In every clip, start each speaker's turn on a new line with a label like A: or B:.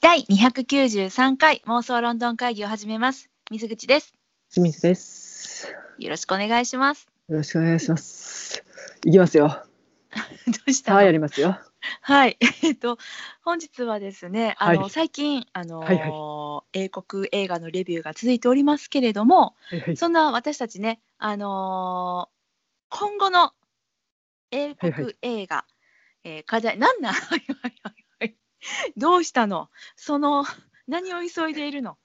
A: 第293回妄想ロンドン会議を始めます。水口です。
B: 清水です。
A: よろしくお願いし ます。
B: よろしくお願いします。いきますよ。
A: どうしたの
B: はい、やりますよ。
A: はい、 えっと本日はですね、あの、
B: はい
A: 最近あの、
B: はい
A: 英国映画のレビューが続いておりますけれども、
B: はいはい。
A: そんな私たちね、あのー今後の英
B: はいは
A: 国映画、えー課題なんなん はいはいはいはいどうしたの？その何を急いでいるの？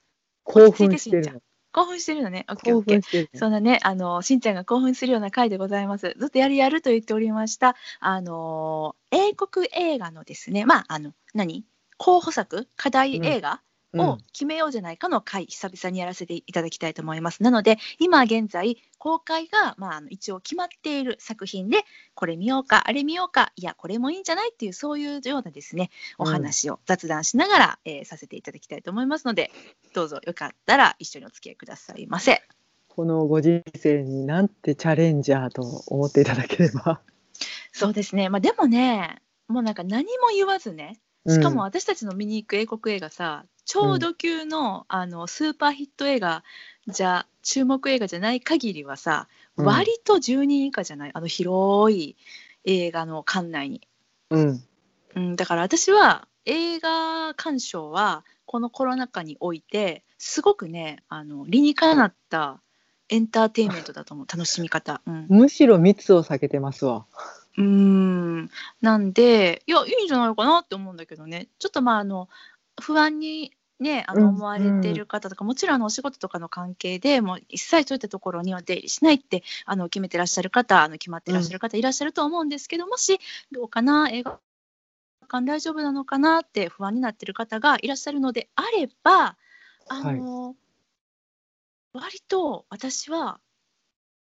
B: 興奮してるの。
A: 興奮してるのね。オッケーオ
B: 興
A: ッケー
B: 奮。してるの。
A: そんなね、あのしんちゃんが興奮するような回でございます。ずっとやるやると言っておりました。あの英国映画のですね、まああの何候補作課題映画を決めようじゃないかの回、久々にやらせていただきたいと思います。なので今現在公開がまああの一応決まっている作品でこれ見ようかあれ見ようかいやこれもいいんじゃないっていうそういうようなですねお話を雑談しながら、えーさせていただきたいと思いますのでどうぞよかったら一緒にお付き合いくださいませ。
B: このご人生になんてチャレンジャーと思っていただければ。
A: そうですね、まあ、でもねもうなんか何も言わずねしかも
B: うん、
A: 私たちの見に行く英国映画さ、超度級のあのスーパーヒット映画じゃ注目映画じゃない限りはさ、
B: うん
A: 割と10人以下じゃないあの広い映画の館内に、
B: うん、
A: うん、だから私は映画鑑賞はこのコロナ禍においてすごくねあの理にかなったエンターテインメントだと思う楽しみ方。うん
B: むしろ密を避けてますわ。
A: うーんなんでいやいいんじゃないかなって思うんだけどねちょっとまああの不安にねあ
B: うん
A: の思われている方とか、もちろんあのお仕事とかの関係でもう一切そういったところには出入りしないってあの決めてらっしゃる方あの決まってらっしゃる方いらっしゃると思うんですけど、もしどうかな映画館大丈夫なのかなって不安になってる方がいらっしゃるのであればあの、割と私は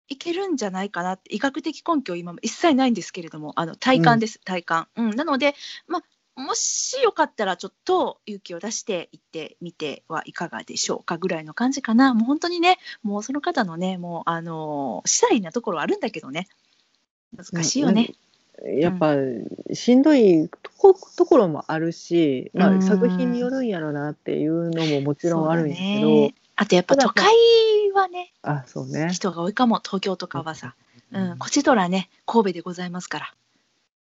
A: いけるんじゃないかなって医学的根拠は今も一切ないんですけれどもあの体感です、体感、うん、なので、まあ、もしよかったらちょっと勇気を出して行ってみてはいかがでしょうかぐらいの感じかなもう本当にねもうその方のねもうあのー次第なところはあるんだけどね難しいよね、
B: やっぱ、しんどいとこところもあるし、まあ
A: うん
B: 作品によるんやろなっていうのももちろんあるんやけ
A: そ
B: ど、
A: うだねあとやっぱ
B: ただ
A: 都会はね
B: あそうね。
A: 人が多いかも東京とかはさ、うん、こちとらね神戸でございますから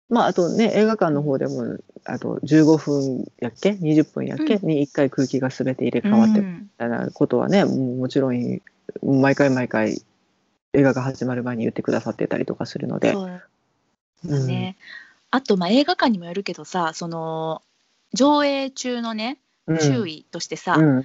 B: まあ、あとね映画館の方でもあと15分やっけ20分やっけ、
A: う
B: に1回空気が全て入れ替わって
A: う
B: み
A: ん
B: たいなことはね、もうもちろん毎回毎回映画が始まる前に言ってくださってたりとかするので。
A: そう
B: うん
A: ね、あとまあ映画館にもよるけどさその上映中のね
B: うん
A: 注意としてさ、
B: うんうん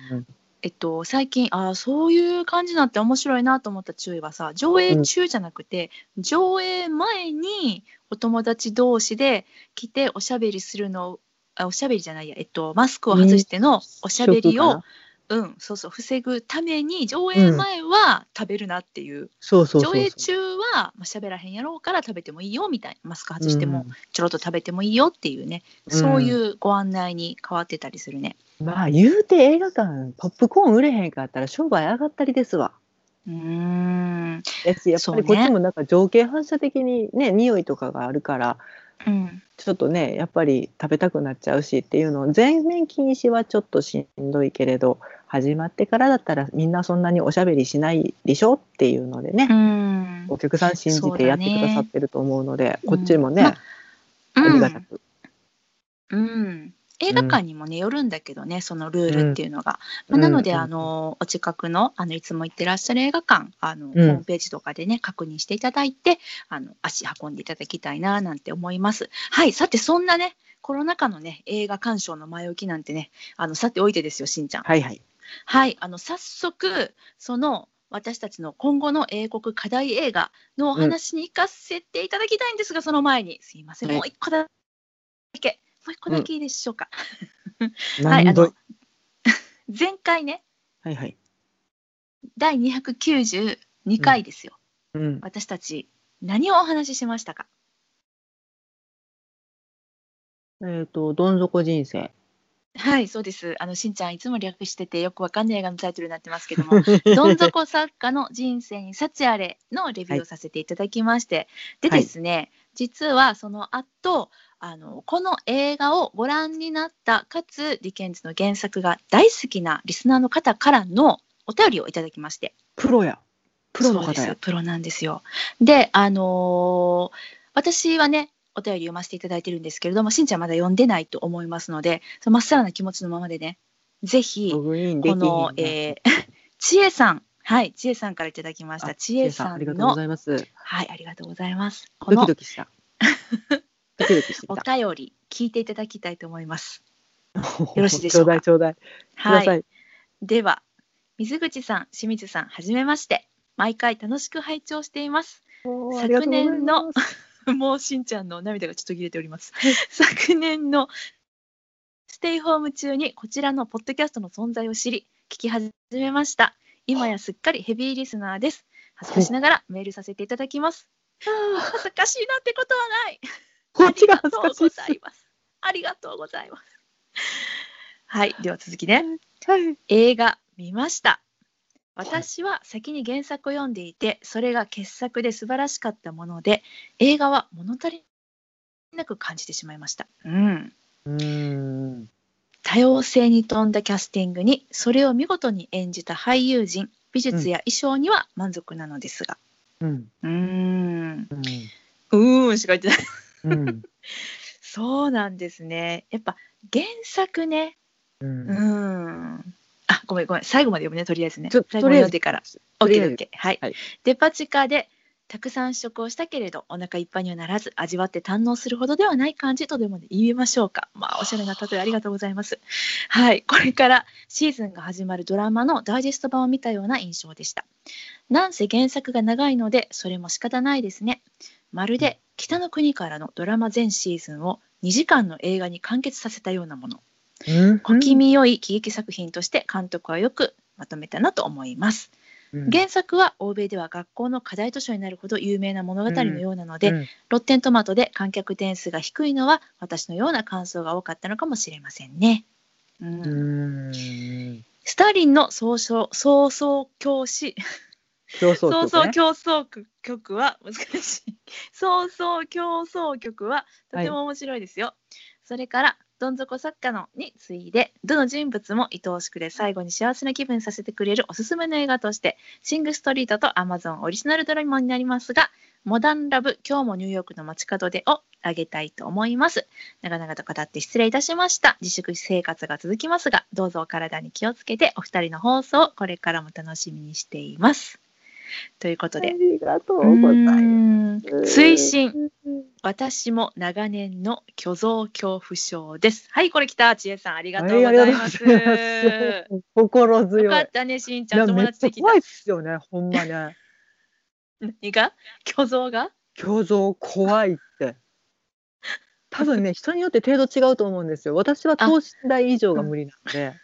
A: えっと、最近ああそういう感じになって面白いなと思った注意はさ上映中じゃなくて、上映前にお友達同士で来ておしゃべりするのをあおしゃべりじゃないや、えっと、マスクを外してのおしゃべり
B: 食か
A: を
B: な、
A: うん、そうそう防ぐために上映前は食べるなっていう、
B: そうそうそうそう
A: 上映中はまあ喋らへんやろうから食べてもいいよみたいなマスク外しても、ちょろっと食べてもいいよっていうね、
B: うん
A: そういうご案内に変わってたりするね。
B: うんまあ言うて映画館ポップコーン売れへんかったら商売上がったりですわ。
A: うーん、
B: やしやっぱり
A: そ
B: こ
A: うね
B: っちもなんか情景反射的にね匂いとかがあるから
A: うん
B: ちょっとねやっぱり食べたくなっちゃうしっていうのを全面禁止はちょっとしんどいけれど始まってからだったらみんなそんなにおしゃべりしないでしょっていうのでね、
A: うん
B: お客さん信じ
A: そう
B: て
A: だ
B: やっ
A: ね
B: てくださってると思うので
A: うん
B: こっちもね、
A: まあ
B: ありがたく、
A: うん、映画館にもね、よるんだけどねそのルールっていうのが、
B: うん
A: まあ、なので、
B: うん
A: あのお近くのあのいつも行ってらっしゃる映画館あの、
B: うん
A: ホームページとかでね確認していただいてあの足運んでいただきたいななんて思いますはいさてそんなねコロナ禍のね映画鑑賞の前置きなんてねあのさておいてですよしんちゃん
B: はいはい
A: はい、あの早速その私たちの今後の英国課題映画のお話に行かせていただきたいんですが、その前にすいません、
B: はい
A: もう一個だけもう一個だけいいでしょうか。はい、あ
B: 何度、は
A: の
B: い、
A: 前回ね
B: はい
A: 第292回ですよ、
B: うん、
A: 私たち何をお話ししましたか
B: えっ、とどん底人生
A: はいそうですあのしんちゃんいつも略しててよくわかんない映画のタイトルになってますけども どん底作家の人生に幸あれのレビューをさせていただきまして、でですね、実はその後あのこの映画をご覧になったかつディケンズの原作が大好きなリスナーの方からのお便りをいただきまして
B: プロや。プロの
A: そう
B: 方
A: です
B: や。
A: プロなんですよ。で、あのー私はね、お便り読ませていただいてるんですけれども、しんちゃんまだ読んでないと思いますので、そのまっさらな気持ちのままでね、ぜひ、
B: ロ
A: こ
B: グインできひん
A: の、
B: な
A: えー、 ちえさん、はい、ちえさんからいただきました。
B: あ
A: ちえさ
B: あ
A: ん
B: りがとうご
A: の、
B: ざいます。
A: はい、ありがとうございます。こ
B: ド
A: の
B: キド キした。ドキドキして
A: お
B: きた。
A: 便り、聞いていただきたいと思います。よろしいでし
B: ち
A: ょ
B: ょ
A: う
B: う
A: か
B: だいちょうだい。く
A: は
B: だ
A: い
B: さ。い。
A: では水口さん清水さんはじめまして毎回楽しく拝聴しています
B: おー
A: 昨年の。
B: ありがとうございます
A: もうしんちゃんの涙がちょっと切れております。 昨年のステイホーム中にこちらのポッドキャストの存在を知り、聞き始めました。今やすっかりヘビーリスナーです。恥ずかしながらメールさせていただきます。恥ずかしいなってことはない。
B: こっちが恥ずかしいっす
A: ありがとうございます。ありがとうございます。はい、 では続きね。
B: はい。
A: 映画見ました私は先に原作を読んでいてそれが傑作で素晴らしかったもので映画は物足りなく感じてしまいました、うん、
B: うーん。
A: 多様性に富んだキャスティングにそれを見事に演じた俳優陣美術や衣装には満足なのですが
B: うん。
A: うーん
B: うん
A: うーんしか言ってない
B: うん。
A: そうなんですねやっぱ原作ね
B: う。
A: うんんあごめんごめん最後まで読むねとりあえずね
B: ちょ
A: 最後まで読んでからオ
B: と
A: ッケ
B: りあ
A: ー
B: え
A: オ
B: ず
A: ッケーはい、
B: はい
A: デパ地下でたくさん試食をしたけれどお腹いっぱいにはならず味わって堪能するほどではない感じとでも言いましょうかまあおしゃれな例えありがとうございますはいこれからシーズンが始まるドラマのダイジェスト版を見たような印象でしたなんせ原作が長いのでそれも仕方ないですねまるで北の国からのドラマ全シーズンを2時間の映画に完結させたようなもの
B: うん
A: 小気。味良い喜劇作品として監督はよくまとめたなと思います
B: うん
A: 原作は欧米では学校の課題図書になるほど有名な物語のようなので、
B: うん
A: ロッテントマトで観客点数が低いのは私のような感想が多かったのかもしれませんね。うん
B: うーん。
A: スターリンの総称総総教師
B: 競争
A: そう
B: 曲
A: そう
B: ね。
A: 競争曲は難し い。そうそう競争曲はとても面白いですよ。それからどん底作家のに次いでどの人物も愛おしくで最後に幸せな気分にさせてくれるおすすめの映画としてシングストリートとアマゾンオリジナルドラマになりますがモダンラブ今日もニューヨークの街角でをあげたいと思います長々と語って失礼いたしました自粛生活が続きますがどうぞお体に気をつけてお二人の放送をこれからも楽しみにしていますということで、
B: ありがとうございうま
A: ーん
B: す。
A: 推進
B: うん。
A: 私も長年の虚像恐怖症ですはいこれ来た千恵さんありが
B: は
A: とうご
B: いあ
A: ざいます
B: りがとうご ざいます心
A: よ
B: 強
A: かっ
B: い。
A: たねしんち
B: い
A: ゃ
B: や
A: ん友
B: めっ
A: 達
B: ちゃ
A: できた
B: 怖いっすよね、ほんまね。
A: 何が虚像が
B: 虚像怖いって。多分 ね、人によって程度違うと思うんですよ。私は等身大以上が無理なので。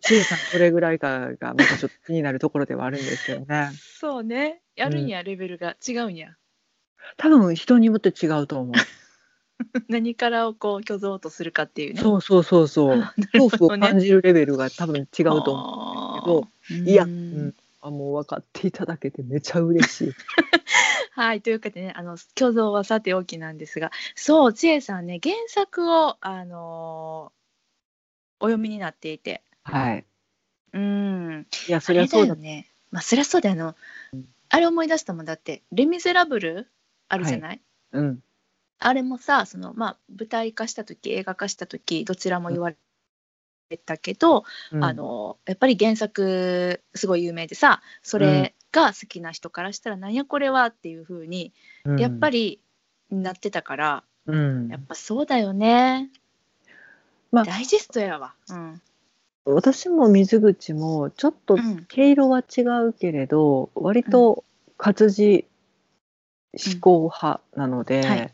B: ちえさん、これぐらいかが、またちょっと気になるところではあるんですけどね。
A: そうねやるんや、レベルが違うんや
B: 多分人によって違うと思う。
A: 何からをこう虚像とするかっていうね
B: そうそうそうそう。恐怖を感じるレベルが多分違うと思う。
A: 思う
B: いや、う
A: うん
B: ん、あ、もう分かっていただけてめちゃ嬉しい。
A: はいというかでねあの虚像はさておきなんですがそう千恵さんね原作をあのーお読みになっていて
B: はい。
A: うん
B: いや、そ
A: そ
B: り
A: れ
B: ゃそうだ。
A: よね。まあ、そりゃそうだよあの、
B: うん
A: あれ思い出したもんだって「レ・ミゼラブル」あるじゃない、
B: うん。
A: あれもさその、まあ、舞台化した時映画化した時どちらも言われたけど、
B: うん
A: あ、のやっぱり原作すごい有名でさそれが好きな人からしたら「なんやこれは」っていう風にやっぱ
B: り、
A: りなってたから、
B: うん
A: やっぱそうだよね。
B: まあ
A: ダイジェストやわ。うん
B: 私も水口もちょっと
A: うん
B: 毛色は違うけれど、割と活字思考派なので、
A: うんはいうん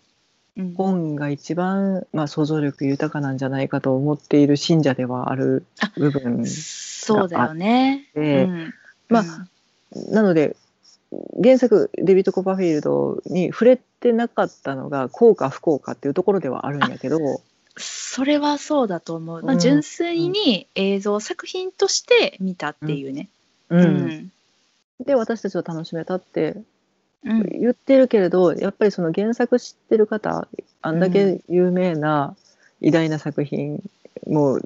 B: 本が一番、まあ、想像力豊かなんじゃないかと思っている信者ではある部分
A: そうだよね。
B: で
A: うん
B: まあ
A: うん
B: なので原作デビッド・コパフィールドに触れてなかったのが幸か不幸かっていうところではあるんやけど、
A: それはそうだと思う、まあ、
B: うん
A: 純粋に映像作品として見たっていうね、
B: う
A: うん
B: で私たちは楽しめたって
A: うん
B: 言ってるけれどやっぱりその原作知ってる方あんだけ有名な偉大な作品、もう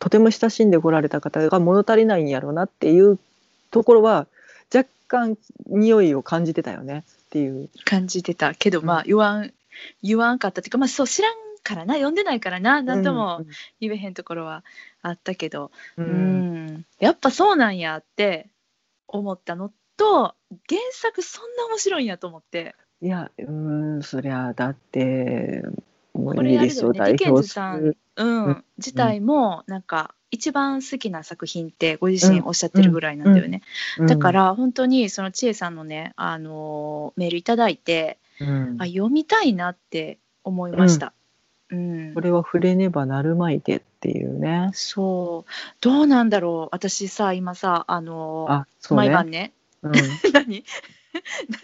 B: とても親しんでこられた方が物足りないんやろうなっていうところは若干匂いを感じてたよねっていう。
A: 感じてたけど、まあ言わん言わんかったっていうか、まあ、そう知らんからな読んでないからな何とも言えへんところはあったけど、
B: う、
A: うんん
B: うん
A: やっぱそうなんやって思ったのと原作そんな面白いんやと思って
B: いやうんそりゃだっても
A: こ
B: う
A: れ
B: イギ
A: あれ
B: リ
A: だ
B: ス
A: よ
B: を
A: ねデ
B: 代
A: ィケン
B: 表
A: ズ
B: す
A: さん
B: る、
A: うん
B: うん、
A: 自体もなんか一番好きな作品ってご自身おっしゃってるぐらいなんだよね、だからら本当にその千恵さんのね、あのーメールいただいて
B: うん
A: あ読みたいなって思いました。うん
B: これは触れねばなるまいてっていうね。
A: そうどうなんだろう私さ今さあのー
B: あそう
A: 毎
B: ね。
A: 晩ね
B: うん、
A: 何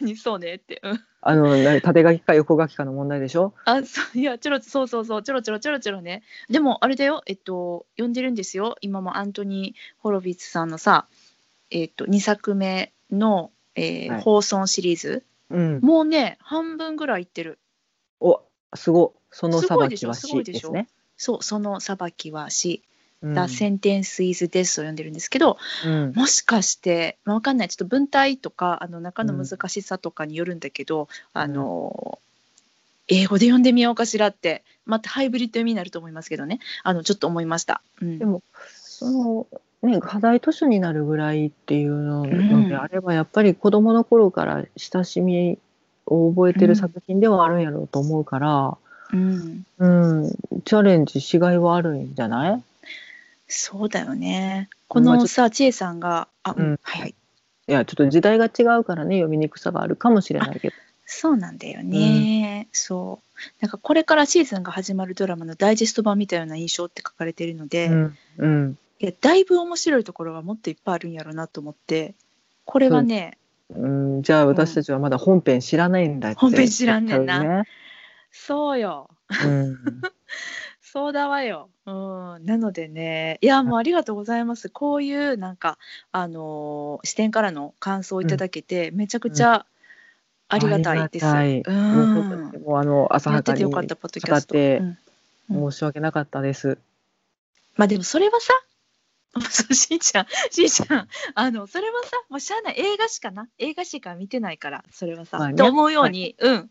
A: 何そうねって、うん、
B: あのな縦書きか横書きかの問題でしょ。
A: あそういやちょろそうそうそうちょろちょろちょろちょろねでもあれだよえっと読んでるんですよ今もアントニー・ホロビッツさんのさえっと2作目の、えー
B: はい
A: 放送シリーズ
B: うん。
A: もうね半分ぐらいいってる
B: おすごいその
A: す
B: 裁
A: ごいで
B: き
A: しょ
B: は
A: すご
B: し
A: いで
B: で
A: し
B: す
A: ょ
B: ね。
A: そうその裁きはし
B: うん
A: だセンテンスイズですを読んでるんですけど、
B: うん
A: もしかして、まあ、わかんないちょっと文体とかあの中の難しさとかによるんだけど、あの英語で読んでみようかしらってまたハイブリッド読みになると思いますけどねあのちょっと思いました。うん
B: でもそのね課題図書になるぐらいっていうののであれば、やっぱり子どもの頃から親しみを覚えてる作品ではあるんやろうと思うから、
A: うん、
B: うん、チャレンジしがいはあるんじゃない
A: そうだよねこ
B: まあちょっ
A: の
B: と
A: さ千恵さんがあ、
B: うん
A: はいはい
B: いやちょっと時代が違うからね読みにくさがあるかもしれないけど。
A: そうなんだよね、そうなんかこれからシーズンが始まるドラマのダイジェスト版みたいな印象って書かれてるので、
B: うんうん
A: いやだいぶ面白いところがもっといっぱいあるんやろうなと思ってこれはね、
B: うん、じゃあ私たちはまだ本編知らないんだって、
A: 本編知らんねんな
B: 言っ
A: そうよ
B: ちゃうね。うん
A: そうだわよ。うん、なのでね、いや、もうありがとうございます。こういうなんか、あのー視点からの感想をいただけて、めちゃくちゃありがたいです。
B: あり
A: う
B: がたいも
A: ん
B: う、もうあの浅
A: や
B: は
A: っ
B: か
A: ててよ
B: に
A: かった、ポッドキャスト。
B: 語って
A: うん
B: 申し訳なかったです。
A: まあでもそれはさ、 そうしんちゃん、しんちゃん、あの、それはさ、もうしゃあない、映画しかな、映画しか見てないから、それはさ、
B: まあね
A: と思うように、うん、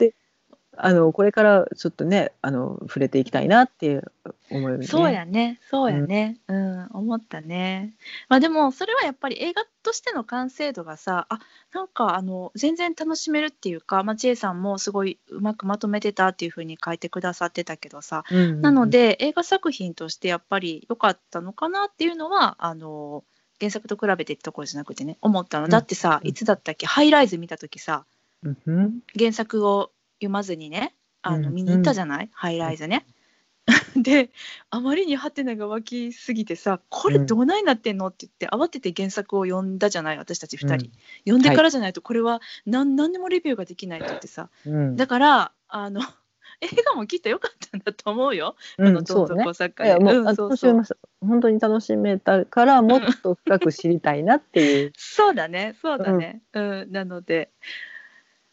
B: あのこれからちょっとねあの触れていきたいなって思います、ね。
A: そうやね、そうやね、うん、思ったね。まあでもそれはやっぱり映画としての完成度がさ、あ、なんかあの全然楽しめるっていうか、まあ千恵さんもすごいうまくまとめてたっていう風に書いてくださってたけどさ、
B: うんうんうん
A: なので映画作品としてやっぱり良かったのかなっていうのはあの原作と比べてってところじゃなくてね、思ったの。だってさ、
B: うん
A: いつだったっけ、ハイライズ見た時さ、
B: うんうん
A: 原作を読まずにねあの
B: うん
A: 見に行ったじゃない、ハイライズね。 であまりにハテナが湧きすぎてさ「これ
B: うん
A: どないなってんの?」って言って慌てて原作を読んだじゃない私たち2人、
B: うん
A: 読んでからじゃないとこれは何,、何でもレビューができないって言ってさ
B: うん
A: だからあの 映画もきっと良かったんだと思うよ、
B: う
A: このど
B: んそ
A: ん
B: う
A: 底
B: ね。
A: 作家
B: い
A: で
B: やもう、
A: うん
B: あ
A: そう
B: 楽し
A: そ
B: め
A: う
B: ました。本当に楽しめたからもっと深く知りたいなっていう。
A: そうだね、そうだね。うん、なので、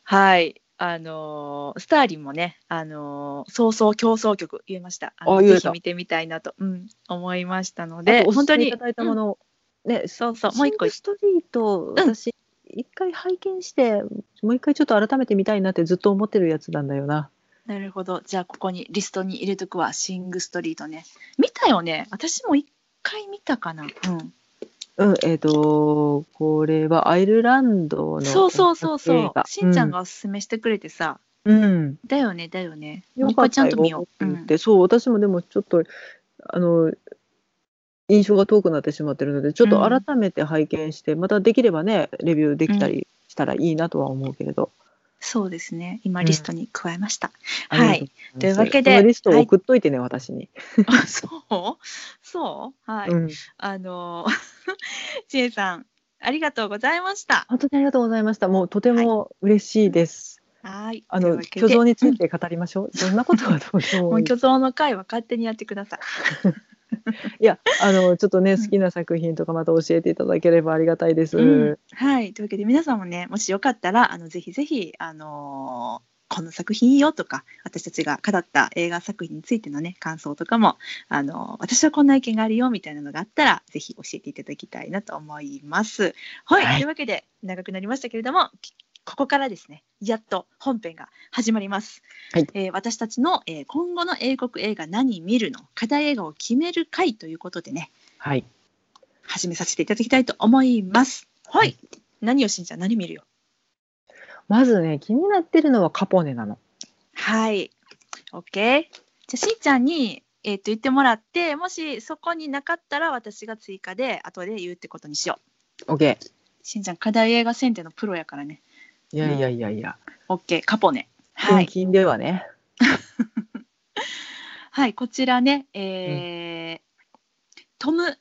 A: はい、あのースターリンもね、あのー、早々競争曲言えました。あの
B: あ言え
A: ぜ
B: た
A: ひ見てみたいなと、うん、思いましたの
B: あ
A: で、
B: とお
A: 本当
B: 勧めい
A: に
B: た、だいたものを、ね
A: そうそう、もう一個
B: シング、ストリート
A: うん
B: 私一回拝見してもう一回ちょっと改めて見たいなってずっと思ってるやつなんだよな。
A: なるほど、じゃあここにリストに入れとくわ、シングストリートね。見たよね、私も一回見たかな。うん、
B: うん、えっ、と、これはアイルランドの。
A: そうそうそうそう、しんちゃん
B: が。
A: がおすすめしてくれてさ、
B: うん。
A: だよね、だよね。
B: よ
A: もう一
B: かっ
A: 回ち
B: た
A: ゃ
B: よ
A: んと見よ
B: って
A: う。う
B: 言っ
A: ん
B: て、そう、私もでもちょっと、あの、印象が遠くなってしまってるので、ちょっと
A: うん
B: 改めて拝見して、またできればね、レビューできたりしたらいいなとは思うけれど。
A: そうですね、今
B: うん
A: リストに加えました。
B: ありが
A: はい
B: と
A: う
B: ござます
A: というわけで
B: このリスト
A: は
B: を
A: い
B: 送っといてね、私に。
A: あ そうそうはい、
B: うん。
A: あの ちえさんありがとうございました
B: 本当にありがとうございました。もうとても嬉しいです。
A: はい
B: あ
A: と
B: の、
A: いうわ
B: 虚
A: けで
B: 像につ
A: う
B: い
A: ん
B: て語りましょう。そんなことはどうで
A: も
B: も
A: う
B: いい。
A: 虚像の回は勝手にやってください
B: いや、あ の、ちょっとね、好きな作品とかまた教えていただければありがたいです。
A: うんはい。というわけで皆さんもね、もしよかったら、あのぜひぜひ、あのーこの作品いいよとか、私たちが語った映画作品についてのね、感想とかも、あのー私はこんな意見があるよみたいなのがあったら、ぜひ教えていただきたいなと思います。はい。
B: はい
A: というわけで、長くなりましたけれども、きここからですね、やっと本編が始まります。
B: はい
A: えー私たちの、えー今後の英国映画何見るの課題映画を決める会ということでね、
B: はい。
A: 始めさせていただきたいと思います。はい。何をしんちゃん何見るよ。
B: まずね、気になってるのはカポネなの。
A: はい。OK。じゃあしんちゃんに、えーっと言ってもらってもしそこになかったら私が追加で後で言うってことにしよう。
B: オッケ
A: しんちゃん課題映画選定のプロやからね。
B: ー。いやいやいやいや。
A: OK。カポネ。は
B: 献
A: い。
B: 金ではね。
A: はい。こちらね、えートム・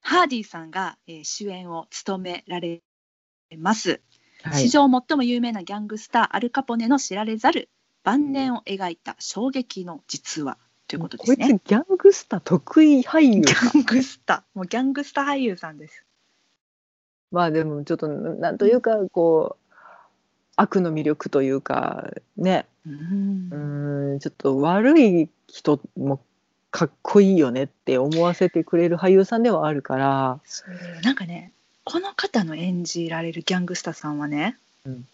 A: ハーディさんが、えー主演を務められます。
B: は
A: 史
B: い。
A: 上最も有名なギャングスターアルカポネの知られざる晩年を描いた衝撃の実話ということです
B: こ
A: ね。
B: いつギャングスター得意俳優
A: ギ
B: か。
A: ャングスター、もうギャングスター俳優さんです。
B: まあでもちょっとななんというかこう悪の魅力というかね
A: うん
B: うーんちょっと悪い人もかっこいいよねって思わせてくれる俳優さんではあるから
A: そうなんかね、この方の演じられるギャングスターさんはね、
B: うん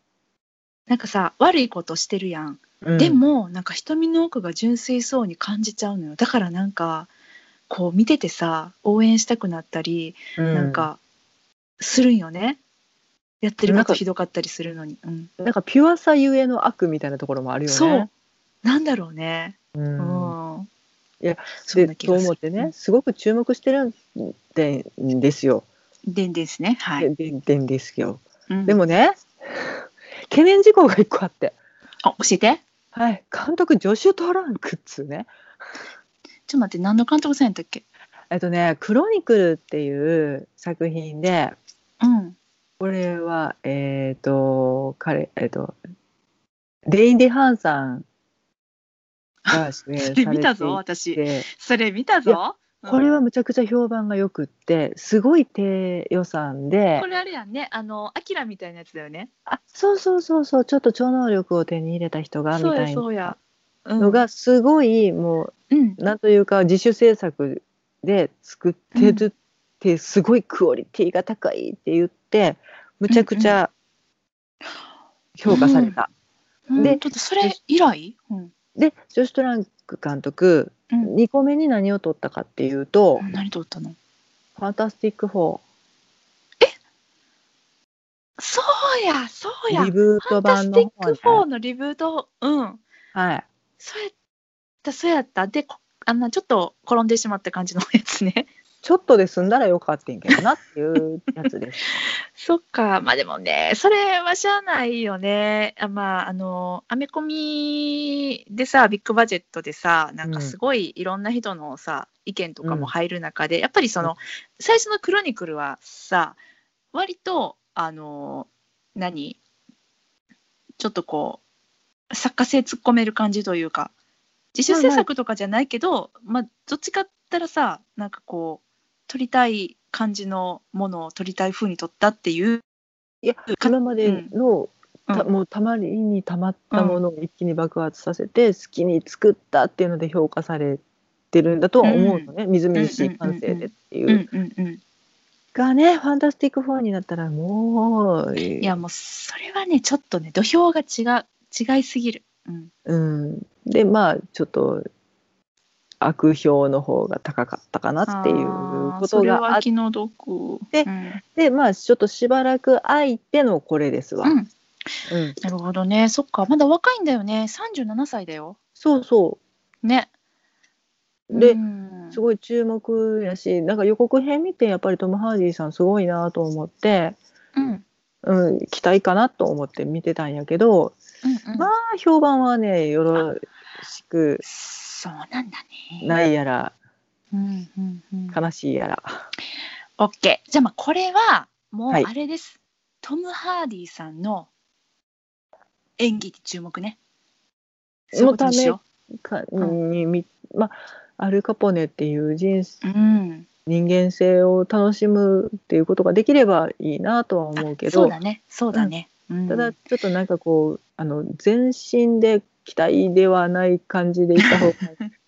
A: なんかさ、悪いことしてるやん。
B: うん
A: でも、なんか瞳の奥が純粋そうに感じちゃうのよ。だからなんか、こう見ててさ、応援したくなったり、
B: う
A: なんかするんよね。やってる
B: なん
A: こと
B: か
A: ひどかったりするのに。うん。
B: なんかピュアさゆえの悪みたいなところもあるよね。
A: そう。なんだろうね。
B: う
A: うんん。
B: いや、
A: そん
B: で
A: な気
B: と
A: がす
B: 思
A: る
B: ってね。すごく注目してるんでんですよ。
A: うんでんですね。はい。
B: ででんですよ。
A: うん
B: でもね懸念事項が一個あって、
A: あ教えて。
B: はい、監督ジョシュ・トランクっつうね。
A: ちょっと待って何の監督さんやったっけ。
B: えっとね「クロニクル」っていう作品で
A: うん。
B: これはえっ、と彼えっ、とデイン・ディハンさんが主演さ
A: そ
B: れて
A: れ
B: い
A: 見たぞ
B: て
A: 私。それ見た
B: い
A: ぞ。うん
B: これはむちゃくちゃ評判がよくってすごい低予算で
A: これあれやんね。あのアキラみたいなやつだよね。
B: あそうそうそうそうちょっと超能力を手に入れた人がみ
A: そう
B: た
A: や
B: い
A: そう
B: な
A: や。うん
B: のがすごいも
A: う
B: う
A: ん。
B: なんというか自主制作で作ってるってすごいクオリティが高いって言ってむちゃくちゃ評価された。
A: うん
B: で
A: ちょっとそれ以来。うん。
B: でジョシュ・トランク監督
A: うん。
B: 2個目に何を取ったかっていうと「
A: 何撮ったの。
B: ファンタスティック4
A: そうやそう」や。
B: リ
A: フ
B: ブ
A: ァ
B: ート
A: ンタス
B: 版
A: テ
B: の
A: ィック
B: 方
A: 4
B: ね。
A: のリブート。うん。
B: はい
A: そうやった、そうやった。で、こあんなちょっと転んでしまった感じのやつね。
B: ちょっとで済んだらよかったんやけどなっていうやつです。
A: そっか、まあでもね、それはしゃあないよね。あまあ、あの、アメコミでさ、ビッグバジェットでさ、なんかすごいいろんな人のさ、意見とかも入る中で、やっぱりその、最初のクロニクルはさ、割と、あの、何ちょっとこう、作家性突っ込める感じというか、自主制作とかじゃないけど、まあ、どっちかって言ったらさ、なんかこう、撮りたい感じのものを撮りたい風に撮ったっていう、
B: いや今までの、
A: うん
B: たもうたまりにたまったものを一気に爆発させて好きに作ったっていうので評価されてるんだとは思うのね、みずみずしい感性でっていう。
A: うんうんうん、
B: がね「ファンタスティック4」になったらもう
A: いやもうそれはねちょっとね土俵が違う違いすぎる、うん、
B: うん、でまあちょっと悪評の方が高かったかなっていうこと
A: あーそれ
B: があ
A: は
B: っ
A: 気の毒
B: て
A: うん
B: てまあちょっとしばらく空いてのこれですわ。
A: うん
B: うん
A: なるほどねそっかまだ若いんだよね37歳だよ
B: そうそ
A: ね
B: うで、
A: うん
B: すごい注目やしなんか予告編見てやっぱりトム・ハーディさんすごいなと思って、
A: うんうん
B: うん、期待かなと思って見てたんやけど
A: うん
B: まあ評判はねよろしく
A: そうなんだね
B: ないやら
A: うんうんうん
B: 悲しいやら。
A: オッケーじゃあまあこれはもう
B: はい
A: あれです、トム・ハーディさんの演技に注目ね。そういうことにしよ
B: か
A: う
B: にみまアルカポネっていう人
A: うん、
B: 人間性を楽しむっていうことができればいいなとは思うけ
A: そ
B: ど
A: うだねそうだね、うん
B: ただちょっとなんかこうあの全身で期待ではない感じでいった方が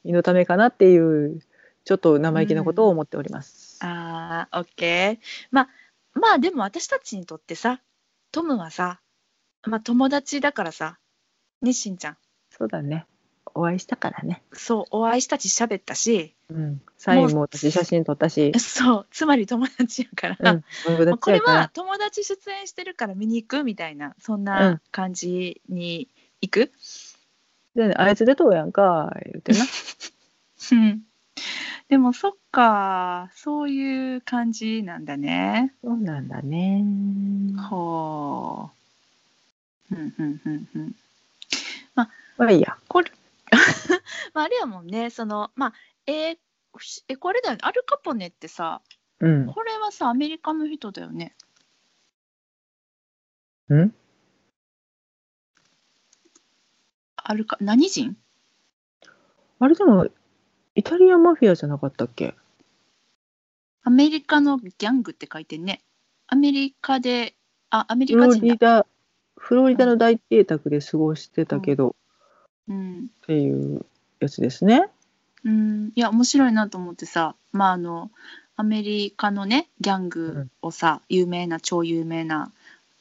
B: 身のためかなっていうちょっと生意気なことを思っております。
A: あーオッケーまあまあでも私たちにとってさトムはさ、まあ、友達だからさねしんちゃん
B: そうだねお会いしたからね、
A: そうお会いしたし喋ったし
B: うん、サインも私写真撮ったし、
A: そうつまり友達やから、
B: うん、友達やから
A: まあこれは友達出演してるから見に行くみたいなそん
B: う
A: なん感じに行く、
B: であいつ出とうやんか言って な
A: うん、でもそっかそういう感じなんだね
B: そうなんだね
A: ほううんうんうんうん
B: まあいいや
A: これまああれやもんねそのまあえーふしえこれだよねアルカポネってさ
B: うん
A: これはさアメリカの人だよね
B: ん
A: アルカ何人
B: あれでもイタリアマフィアじゃなかったっけ
A: アメリカのギャングって書いてんねアメリカであアメリ
B: フ
A: カ
B: ロ
A: 人
B: リ
A: だ、
B: ダフロリダの大邸宅で過ごしてたけど、
A: うん
B: っていうやつですね。
A: うん、いや面白いなと思ってさまああのアメリカのねギャングをさ、有名な超有名な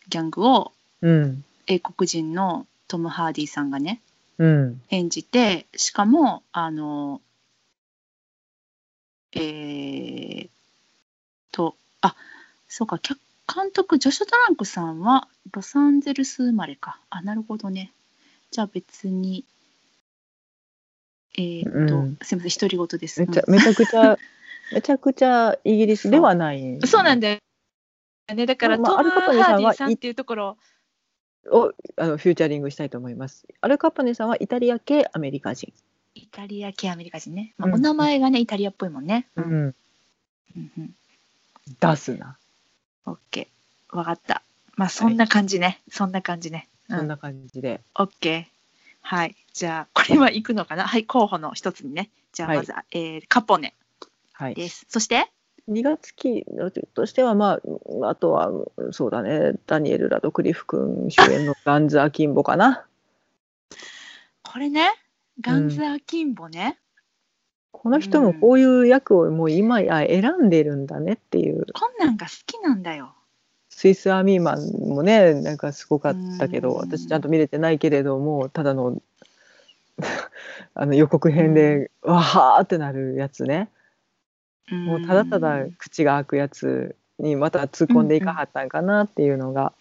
A: ギャングを
B: うん。
A: 英国人のトム・ハーディさんがね
B: うん。
A: 演じてしかもあのえー、とあそうか脚監督ジョシュ・トランクさんはロサンゼルス生まれかあなるほどねじゃあ別にえー、っと、
B: うん
A: すいません独り言です
B: めちゃ
A: うん
B: めちゃくち ゃめちゃくちゃイギリスではない。
A: そうなん
B: で
A: だよねだから、
B: まあまあ
A: トム・
B: アルカポネさ
A: ハー
B: ん
A: デ
B: は
A: ィさんっていうところ
B: をあのフューチャリングしたいと思います。アルカパネさんはイタリア系アメリカ人。
A: イタリア系アメリカ人ね、まあ
B: うん
A: お名前がねイタリアっぽいもんね、うん
B: ん。
A: うんうん、
B: 出すな。
A: オッケー、わかった。まあそんな感じね、そんな感じね。う
B: そん
A: ん、
B: な感じで。
A: オッケー。はい、じゃあこれは行くのかな。 はい、候補の一つにね。じゃあ
B: はい
A: まず、えーカポネ
B: はい。
A: です。そして、
B: 2月期としてはまああとはそうだねダニエル・ラドクリフ君主演のガンズ・アキンボかな。
A: これね、ガンズアキンボね。
B: この人もこういう役をもう今や選んでるんだねっていう
A: こんなんが好きなんだよ。
B: スイスアーミーマンもねなんかすごかったけど
A: うん
B: 私ちゃんと見れてないけれどもただの あの予告編で、わはーってなるやつねもうただただ
A: うん、
B: 口が開くやつにまた突っ込んでいかはったんかなっていうのが、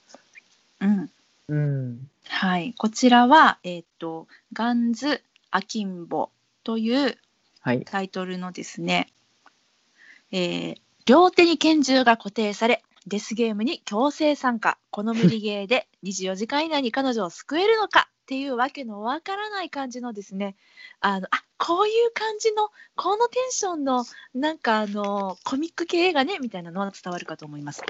A: うん、
B: うん
A: はい、こちらはえっ、とガンズアキンボという
B: はい
A: タイトルのですね、えー両手に拳銃が固定されデスゲームに強制参加この無理ゲーで24時間以内に彼女を救えるのかっていうわけのわからない感じのですねあのあこういう感じのこのテンションのなんかあのコミック系映画ねみたいなのは伝わるかと思います。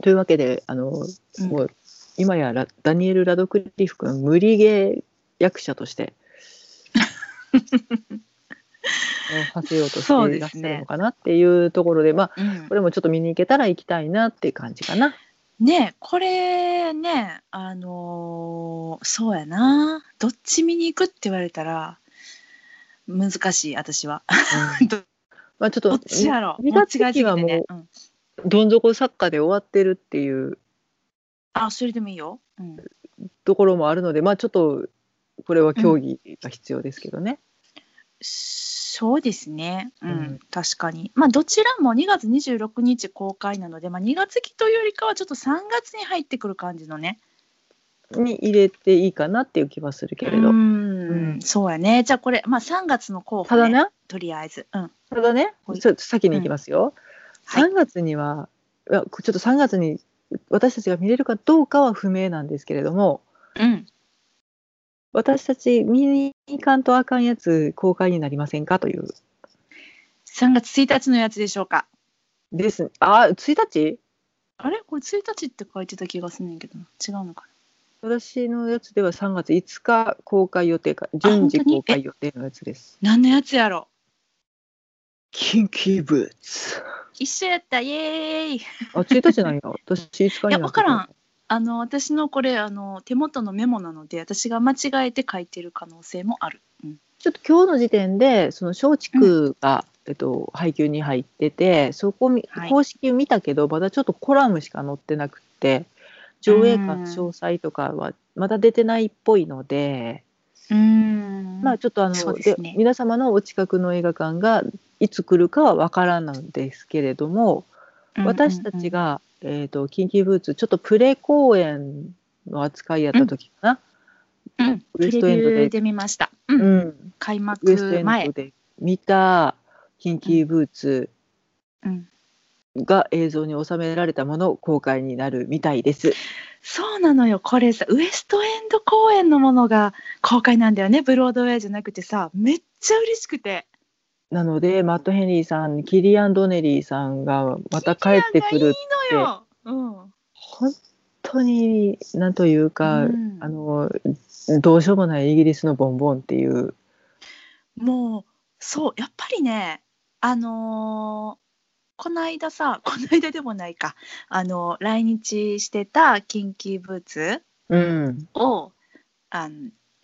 B: というわけであの、
A: うん
B: もう今やラダニエル・ラドクリフ君無理ゲー役者として を馳せようとしていらっしゃるのかなっていうところでまあ
A: うん
B: こ、れもちょっと見に行けたら行きたいなっていう感じかな。
A: ねえこれねあのーそうやなどっち見に行くって言われたら難しい私は。 ど
B: まあちょっ
A: ど
B: と
A: っちやろ
B: に二月
A: もう違いすぎ
B: は
A: てね
B: も
A: うん
B: どん底サッカーで終わってるっていう
A: あそれでもいいよ、うん、
B: ところもあるのでまあちょっとこれは競技が必要ですけどね。
A: そうですねうん、
B: うん
A: 確かにまあどちらも2月26日公開なので、まあ、2月期というよりかはちょっと3月に入ってくる感じのね
B: に入れていいかなっていう気はするけれど。
A: うーん
B: うん
A: そうやねじゃあこれ、まあ、3月の候補、
B: ただね
A: とりあえずうん
B: ただね
A: はい
B: ちょっと先に行きますよ。
A: はい
B: 3月には、いやちょっと3月に私たちが見れるかどうかは不明なんですけれども
A: うん
B: 私たち見に行かんとあかんやつ公開になりませんかという。
A: 3月1日のやつでしょうか
B: ですあ1日
A: あれこれ1日って書いてた気がすんねんけどな違うのか
B: 私のやつでは3月5日公開予定か順次公開予定のやつです。
A: な何のやつやろ
B: 近畿物。
A: 一緒やったイエーイ
B: あ、1日なんや。私、5日に
A: いや
B: わ
A: 分からん。あの私のこれあの手元のメモなので私が間違えて書いてる可能性もある、うん
B: ちょっと今日の時点で、その松竹が、えっと、配給に入ってて、そこみ、
A: はい
B: 公式見たけど、まだちょっとコラムしか載ってなくて、上映
A: うん
B: 館詳細とかはまだ出てないっぽいので、
A: うーん
B: まあちょっとあ
A: そ
B: の、
A: うですね
B: で皆様のお近くの映画館がいつ来るかはわからないんですけれども、
A: うんうんうん
B: 私たちが、えー、とキンキーブーツちょっとプレ公演の扱いやった時かな、
A: うん
B: ウエス
A: プ
B: ト
A: レ
B: エン
A: ビ
B: ド
A: ュー
B: で
A: で見ました、うん
B: うん
A: 開
B: ウエスト
A: 幕
B: エン
A: 前
B: ド、で見たキンキーブーツ
A: うん、
B: が映像に収められたもの公開になるみたいです。
A: そうなのよこれさウエストエンド公演のものが公開なんだよねブロードウェイじゃなくてさめっちゃ嬉しくて
B: なのでマット・ヘンリーさんキリアン・ドネリーさんがまた帰ってく
A: い
B: る
A: いのよ、うん
B: 本当になんというか、
A: うん
B: あのどうしようもないイギリスのボンボンっていう
A: もうそうやっぱりねあのーこの間さ この間でもないかあのー来日してたキンキーブーツ
B: うん
A: をあ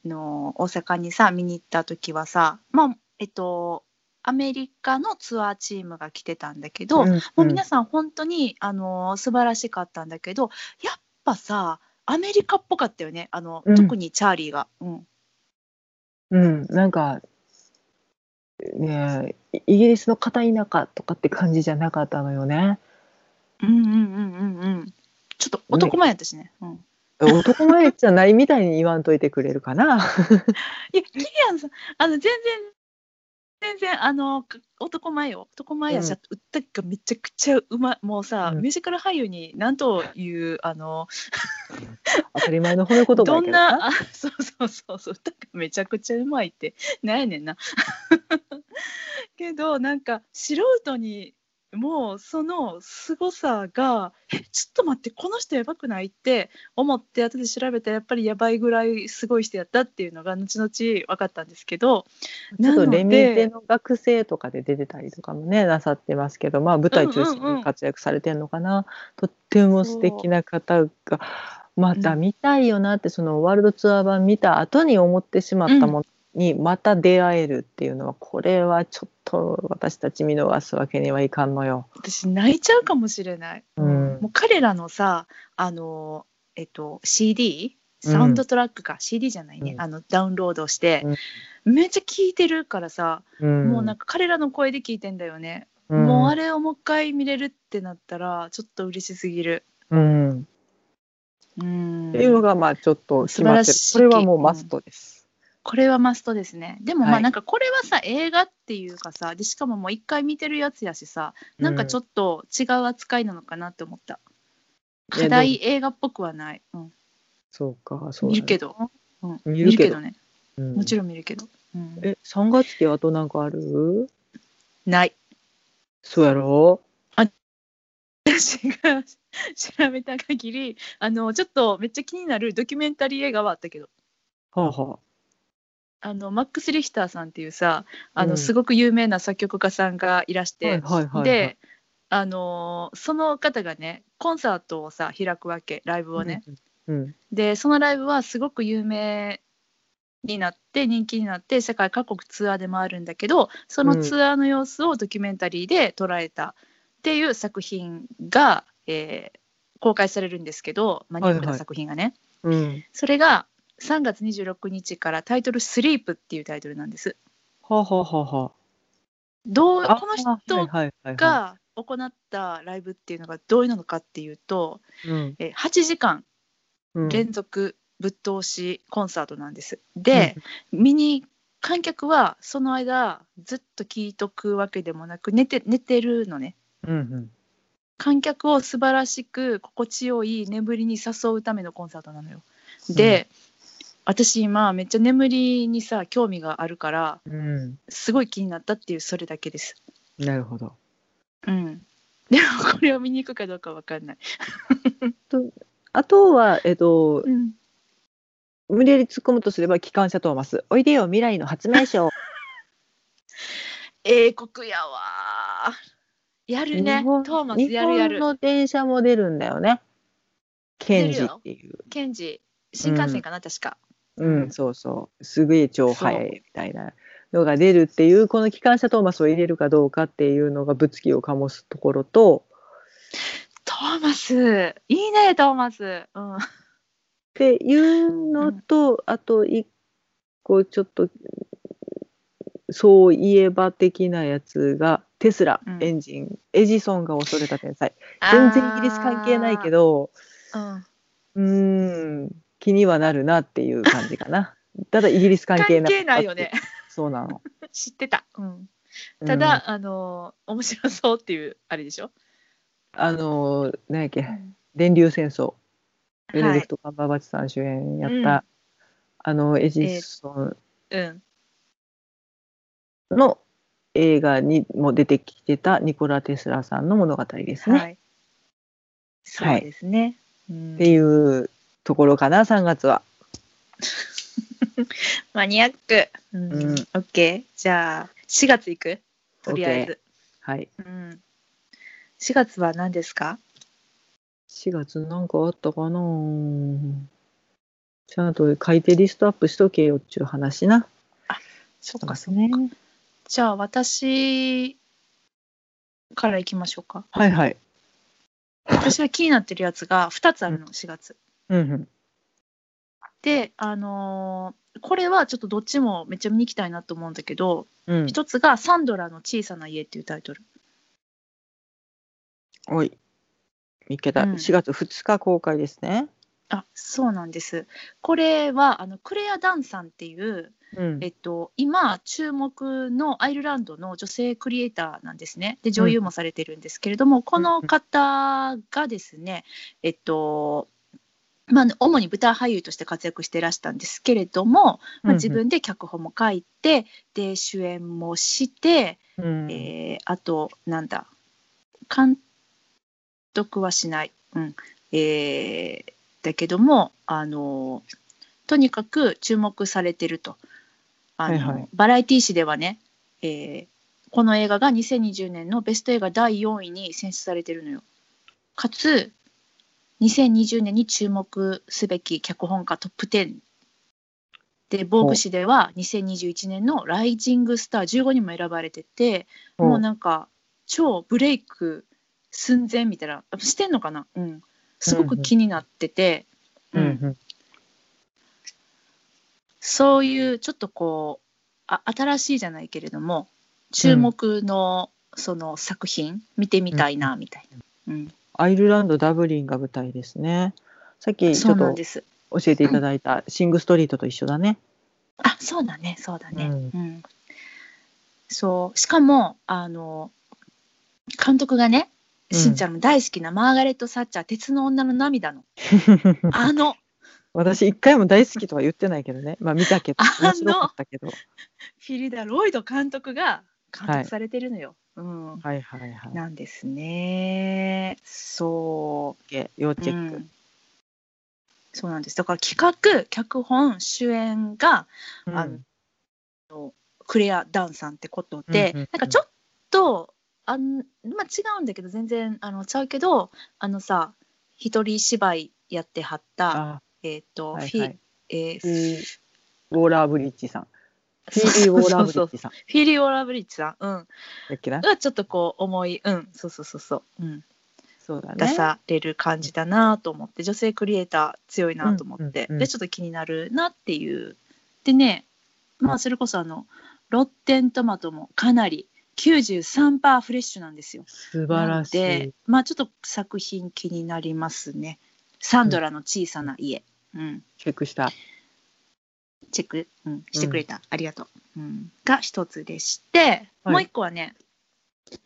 A: のー大阪にさ見に行った時はさまあえっとアメリカのツアーチームが来てたんだけど、
B: ん
A: もう皆さん本当に、あのー素晴らしかったんだけどやっぱさアメリカっぽかったよねあの、
B: うん
A: 特にチャーリーが。うん、
B: うん、なんか、ねえ、イイギリスの片田舎とかって感じじゃなかったのよね。
A: うんうんうんうんうんちょっと男前やったしね。うん、
B: 男前じゃないみたいに言わんといてくれるかな。
A: いやキリアンさんあの全然全然あのか男前よ男前やし、
B: うん
A: うったがめちゃくちゃうまいもうさ、
B: うん
A: ミュージカル俳優になんというあの
B: 当たり前の褒め言葉やけ
A: ど
B: ど
A: んなあ そうそうそうそう歌がめちゃくちゃうまいってなんやねんな けどなんか素人にもうその凄さがえちょっと待ってこの人やばくないって思って後で調べたらやっぱりやばいぐらいすごい人やったっていうのが後々分かったんですけど
B: ちょっとレミテ
A: なので
B: の学生とかで出てたりとかもね、なさってますけど、まあ舞台中心に活躍されてるのかな。とっても素敵な方が、また見たいよなって、そのワールドツアー版見た後に思ってしまったものにまた出会えるっていうのは、これはちょっと私たち見逃すわけにはいかんのよ。
A: 私泣いちゃうかもしれない、
B: うん
A: もう彼らのさあのえっと CD サウンドトラックか、CD じゃないね、
B: うん
A: あのダウンロードして、めっちゃ聴いてるからさ、もうなん
B: か、
A: か彼らの声で聴いてんだよね、もうあ
B: れ、
A: れをもう一回見れるってなったらちょっと嬉しすぎる
B: うん、
A: うん
B: っていうのがまあちょっと決まってる。
A: 素
B: こ
A: 晴
B: れ
A: らしい
B: はもうマストです。
A: これはマストですねでもま
B: は
A: あ
B: い
A: なんかこれはさ、映画っていうかさでしかももう一回見てるやつやしさなんかちょ
B: っ
A: っと違う扱いなのかなって思った、
B: い
A: 課
B: やでも
A: 題映画っぽくはない、うん、
B: と、そうか、そう
A: 見るけ
B: ど、
A: ど、うん、
B: 見
A: 見
B: る
A: る
B: け
A: け
B: ど
A: どね
B: うん
A: もちろん見るけど、うん、
B: え、三月期はあとなんかある？
A: ない
B: そうやろ。
A: 私が調べた限りあのちょっとめっちゃ気になるドキュメンタリー映画はあったけど
B: はあ、は
A: あのマックス・リヒターさんっていうさあの、
B: うん
A: すごく有名な作曲家さんがいらし
B: あ。
A: て、
B: はいはいはいはい、
A: であのーその方がねコンサートをさ開くわけライブをね、
B: うん、うん、
A: でそのライブはすごく有名になって人気になって世界各国ツアーで回るんだけどそのツアーの様子をドキュメンタリーで捉えたっていう作品が、えー公開されるんですけどマニアックな作品がね、
B: うん、
A: それが3月26日からタイトル「スリープ」っていうタイトルなんです。
B: はあ、はあはあは
A: どう
B: あ。
A: この
B: あはい
A: 人
B: はいはいは
A: が行ったライブっていうのがどういうのかっていうと、
B: い、うん
A: えー8時間
B: うん、
A: 連続ぶっ通しコンサートなんです。で、見に観客はその間ずっと聞いとくわけでもなく寝て寝てるのね。
B: うん、うん、
A: 観客を素晴らしく心地よい眠りに誘うためのコンサートなのよ。で、私今めっちゃ眠りにさ興味があるから
B: うん、
A: すごい気になったっていうそれだけです。
B: なるほど。
A: うん。 でもこれを見に行くかどうかわかんない。
B: あとはえっと
A: うん
B: 無 理やり突っ込むとすれば機関車トーマス、おいでよ未来の発明者を
A: 英国やわーやるね
B: 日本
A: トーマス
B: 日
A: やるや
B: 本
A: る
B: の電車も出るんだよね。ケンジっていう。
A: ケンジ新幹線かな、確か
B: うん、そうそう。すげえ超速いみたいなのが出るっていう、この機関車トーマスを入れるかどうかっていうのが物議を醸すところと、
A: トーマスいいねトーマスうん
B: っていうのと、あと一個ちょっとそういえば的なやつがテスラ、
A: うん
B: エンジンエジソンが恐れた天才 全然イギリス関係ないけ
A: ど、
B: ど
A: うん、
B: うーん気にはなるなっていう感じかな ただイギリス関係な
A: 関係ないよね
B: そうなの
A: 知ってた、うん、ただ、、あのー面白そうっていうあれでしょ、
B: うんあのー何やっけ電流戦争ベネディクト・カンバーバッチさん主演やった、
A: うん
B: あのエジソン、
A: うん
B: の映画にも出てきてたニコラ・テスラさんの物語ですね。
A: は
B: っ
A: いそうですね、うん
B: ていうところかな3月は。
A: マニアック。うん
B: うん
A: OK。じゃあ、4月行くとりあえず。
B: はい、
A: うん、4月は何ですか
B: 4月なんかあったかなちゃんと書いてリストアップしとけよっちゅう話な。
A: そ
B: そうですね。
A: じゃあ、私から行きましょうか。
B: はいはい。
A: 私が気になってるやつが2つあるの、4月。
B: うんうん。
A: で、あのーこれはちょっとどっちもめっちゃ見に行きたいなと思うんだけど、
B: うん、
A: 一つが「サンドラの小さな家」っていうタイトル。
B: おい。見っけた、
A: うん
B: 4月2日公開ですね。
A: あそうなんです。これはあのクレア・ダンさんっていう
B: うん
A: えっと、今注目のアイルランドの女性クリエイターなんですねで女優もされてるんですけれども、この方がですねえっとまあ、主に舞台俳優として活躍してらしたんですけれども、まあ、自、分で脚本も書いて、で主演もして、
B: うん
A: えーあとなんだ監督はしない、うんえーだけどもあのとにかく注目されてるとあの、
B: はいはい
A: バラエティ誌ではね、えーこの映画が2020年のベスト映画第4位に選出されてるのよ。かつ2020年に注目すべき脚本家トップ10で防具誌では2021年のライジングスター15にも選ばれててもうなんか超ブレイク寸前みたいなしてんのかなうんすごく気になってて、
B: う
A: うん
B: んうん
A: そういうちょっとこうあ新しいじゃないけれども注目のその作品見てみたいなみたいな、うん、
B: アイルランド・ダブリンが舞台ですね。さっきち
A: そ
B: ょ
A: う
B: っ
A: なん
B: と
A: です
B: 教えていただいたシング・ストリートと一緒だ ね。
A: あそうだねそうだね、
B: う
A: うんそうしかもあの監督がね
B: うん
A: しんちゃんの大好きなマーガレット・サッチャー、鉄の女の涙 のあの
B: 私一回も大好きとは言ってないけどね。まあ見たけど
A: あの
B: 面白かったけど。
A: フィリダ・ロイド監督が監督されてるのよ、うん、
B: はいはいはい。
A: なんですねそう
B: 要チェッ
A: う
B: ク
A: ん。そうなんですだから企画脚本主演が
B: うん
A: あのクレア・ダンさんってことで、
B: うんうんうん
A: なんかちょっとあん、まあ、違うんだけど全然あのちゃうけどあのさ一人芝居やってはった
B: あ
A: えっ、と、
B: はい
A: フ
B: は
A: ィ
B: い。
A: えー
B: フィーウォーラーブリッジさん。フィ
A: そう
B: ーリー・ウォーラーブリ
A: そうそ
B: ッ
A: う
B: ジさん。
A: フィリー・オーラブリッジさん、うん、
B: だっけな。
A: がちょっとこう重い、うん、そうそうそうそう、うん、
B: そうだ
A: 出
B: ね。
A: される感じだなと思って女性クリエイター強いなと思って、
B: うんうんうん
A: でちょっと気になるなっていうでねまあそれこそあのロッテントマトもかなり93%フレッシュなんですよ。
B: 素晴らし
A: なので
B: い。
A: まあちょっと作品気になりますね。サンドラの小さな家。うん。
B: チェックした。
A: チェック、うん、してくれた。ありがとう。うん。が一つでして、
B: はい
A: もう一個はね、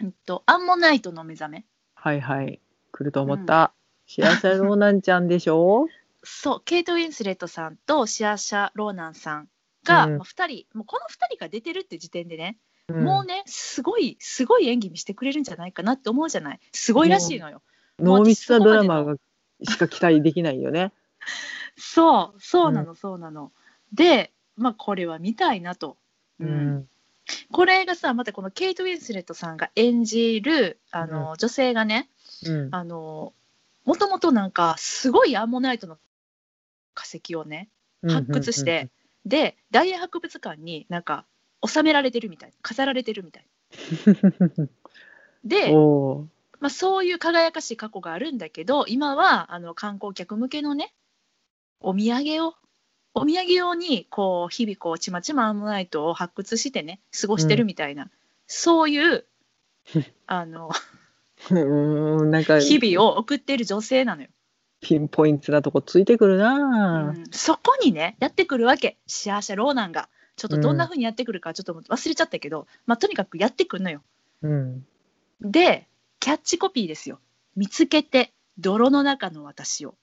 A: うんと、アンモナイトの目覚め。
B: はいはい。来ると思った。シアサローナンちゃんでしょ
A: そう、ケイト・ウィンスレットさんとシアシャ・ローナンさんが、
B: うん
A: まあ、2人、もうこの2人が出てるって時点でね、
B: うん
A: もうね、すごい、すごい演技見せてくれるんじゃないかなって思うじゃない。すごいらしいのよ。
B: 濃密なドラマがしか期待できないよね。
A: そうそうなのそうなの、でまあこれは見たいなと、うんこれがさまたこのケイト・ウィンスレットさんが演じるあの、女性がね
B: うん
A: あのもともとなんかすごいアンモナイトの化石をね発掘して、で大英博物館になんか収められてるみたい飾られてるみたいで、
B: おー
A: まあ、そういう輝かしい過去があるんだけど今はあの観光客向けのねお土産をお土産用にこう日々こうちまちまアンモナイトを発掘してね過ごしてるみたいな、そういうあの
B: うー んなんか
A: 日々を送ってる女性なのよ、
B: ピンポイントなとこついてくるな
A: うんそこにねやってくるわけシアーシャローナンがちょっとどんな風にやってくるかちょっと忘れちゃったけど、まあ、とにかくやってくるのよ
B: うん
A: でキャッチコピーですよ見つけて泥の中の私を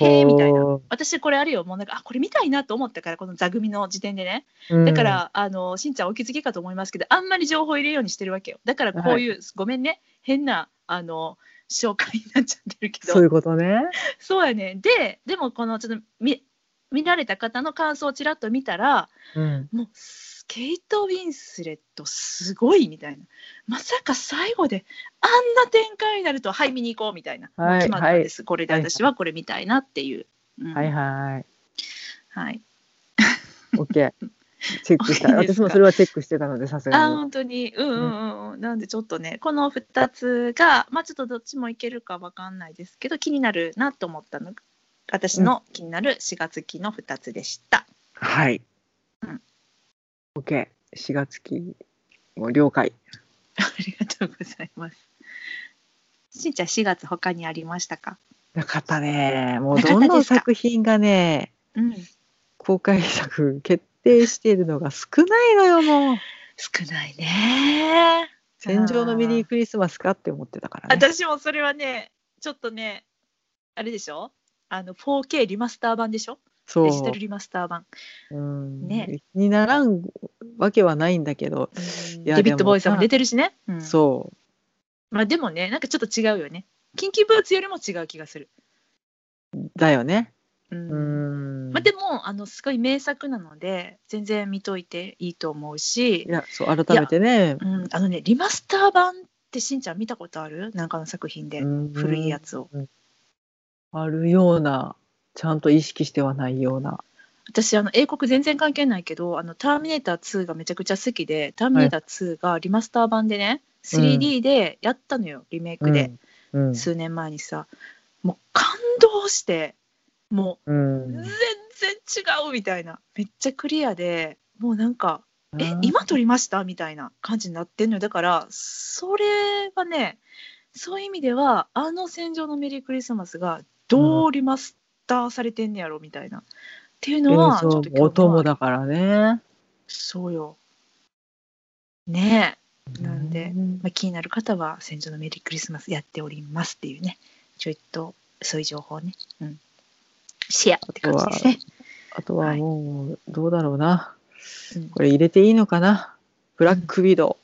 B: へ
A: みたいな私これあるよもうなんかあこれ見たいなと思ったからこの座組の時点でねだから、あのしんちゃんお気づきかと思いますけどあんまり情報入れるようにしてるわけよだからこういう、ごめんね変なあの紹介になっちゃってるけど
B: そういうことね
A: そうやねででもこのちょっと見見られた方の感想をちらっと見たら
B: うん
A: もうすケイト・ウィンスレットすごいみたいなまさか最後であんな展開になるとはい見に行こうみたいな、
B: はい
A: 決まったんです、これで私はこれ見たいなっていう、うん
B: はいはい
A: はい、
B: オッ ケー。チェックしたい。
A: OK です
B: 私
A: か
B: もそれはチェックしてたので、さ
A: あ
B: す
A: ー
B: がに。
A: 本当にうんうんうん、うん、なんでちょっとねこの2つがまあちょっとどっちもいけるかわかんないですけど気になるなと思ったのが私の気になる4月期の2つでした、
B: はい
A: うん。
B: オッケー。4月期も了解。
A: ありがとうございますしんちゃん4月他にありましたか
B: なかったね。もう
A: なかった
B: どんどん
A: ですか
B: 作品がね、
A: うん
B: 公開作決定しているのが少ないのよ、もう。
A: 少ないね
B: 戦場のミリークリスマスかって思ってたからね。
A: 私もそれはねちょっとねあれでしょあの 4K リマスター版でしょ
B: そ
A: デジタ
B: う
A: ル。リマスター版、
B: うん
A: ね
B: にならんわけはないんだけど、
A: うん
B: いや
A: デビッド・
B: でも
A: ボーイさんも出てるしね、うん
B: そう。
A: まあでもねなんかちょっと違うよねキンキブーツよりも違う気がする、
B: だよね。
A: う
B: うんん。
A: まあ、でもあのすごい名作なので全然見といていいと思うし
B: い、や、そう、改めてね。
A: うん、あのねリマスター版ってしんちゃん見たことあるなんかの作品で、古
B: 古
A: いやつを
B: あるようなちゃんと意識してはないような
A: 私あの英国全然関係ないけど「あのターミネーター2」がめちゃくちゃ好きで「ターミネーター2」がリマスター版でね 3D でやったのよ、リメイクで、、
B: うんうん
A: 数年前にさもう感動しても
B: うん
A: う全然違うみたいなめっちゃクリアでもうなんか「え今撮りました?」みたいな感じになってんのよだからそれはねそういう意味ではあの「戦場のメリークリスマス」がどうリマスターされてんねやろみたいな。っていうのはちょっと興味はある
B: 音もだからね
A: そうよ。ねえ。なんで、
B: う
A: まあ、気になる方は「戦場のメリークリスマス」やっておりますっていうねちょいとそういう情報をね、うん、シェアって感じですね。
B: あとはもうどうだろうな
A: うんブ
B: これ入れていいのかなブラックウィド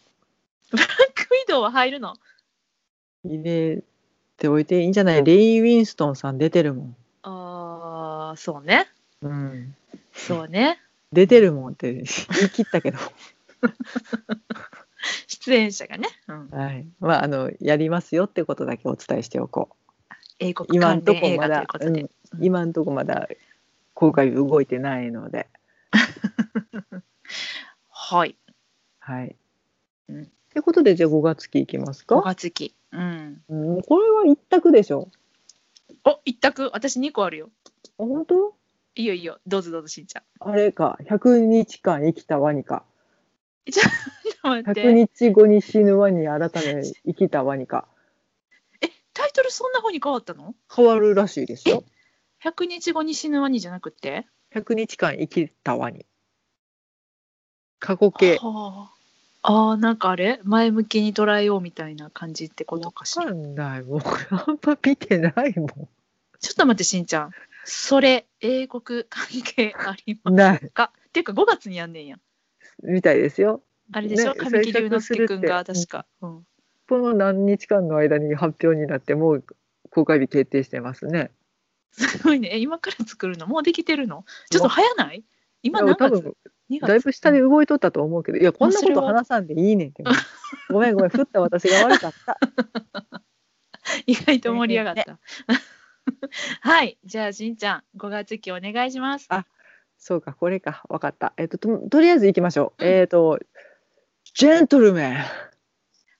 A: ラックウィドウは入るの
B: ウ入れておいていいんじゃないレイ・ウィンストンさん出てるもん、
A: あーそうね
B: うん、
A: そう ね
B: 出てるもんって言い切ったけど、
A: 出演者がね、うん、
B: はい、まああのやりますよってことだけお伝えしておこ
A: 英
B: う
A: 国
B: 今
A: 関
B: んと
A: 連
B: こ
A: 映画
B: ま
A: とい
B: だ
A: うことで。
B: うん今んとこまだ公開動いてないので
A: はい
B: はい。
A: うん
B: ってことでじゃあ5月期いきます
A: 5
B: か。
A: 月期、うん、
B: うん、これは一択でしょ。
A: お一択私2個あるよ
B: あ本当？
A: いいよいいよどうぞどうぞしんちゃん
B: あれか100日間生きたワニか
A: ちょっと待って
B: 100日後に死ぬワニ改め生きたワニか
A: タイトルそんな風に変わったの
B: 変わるらしいですよ
A: ?100 日後に死ぬワニじゃなくて
B: 100日間生きたワニ過去形
A: はあ、あーなんかあれ前向きに捉えようみたいな感じってことかし
B: わ
A: ら
B: か
A: ちょ
B: ん ないもうあんま見てないも
A: っと待ってしんちゃんそれ英国関係ありま
B: んない
A: すかっていうか5月にやんねんや
B: みたいですよ
A: あれでしょ、
B: ね
A: 神木隆之介君が
B: 制作
A: 確
B: するって
A: か、うん
B: この何日間の間に発表になってもう公開日決定してますね
A: すごいねえ今から作るのもうできてるのちょっと早ない今何
B: 多
A: 月
B: 分
A: 2月
B: だいぶ下で動いとったと思うけど、いや、こんなこと話さんでいいねんけど。ごめんごめん、振った私が悪か った。
A: 意外と盛り上がった。 はい、じゃあしんちゃん5月期お願いします。
B: そうか、これか、わかった。えっと、ととりあえず行きましょう。えっと、ジェントルメン。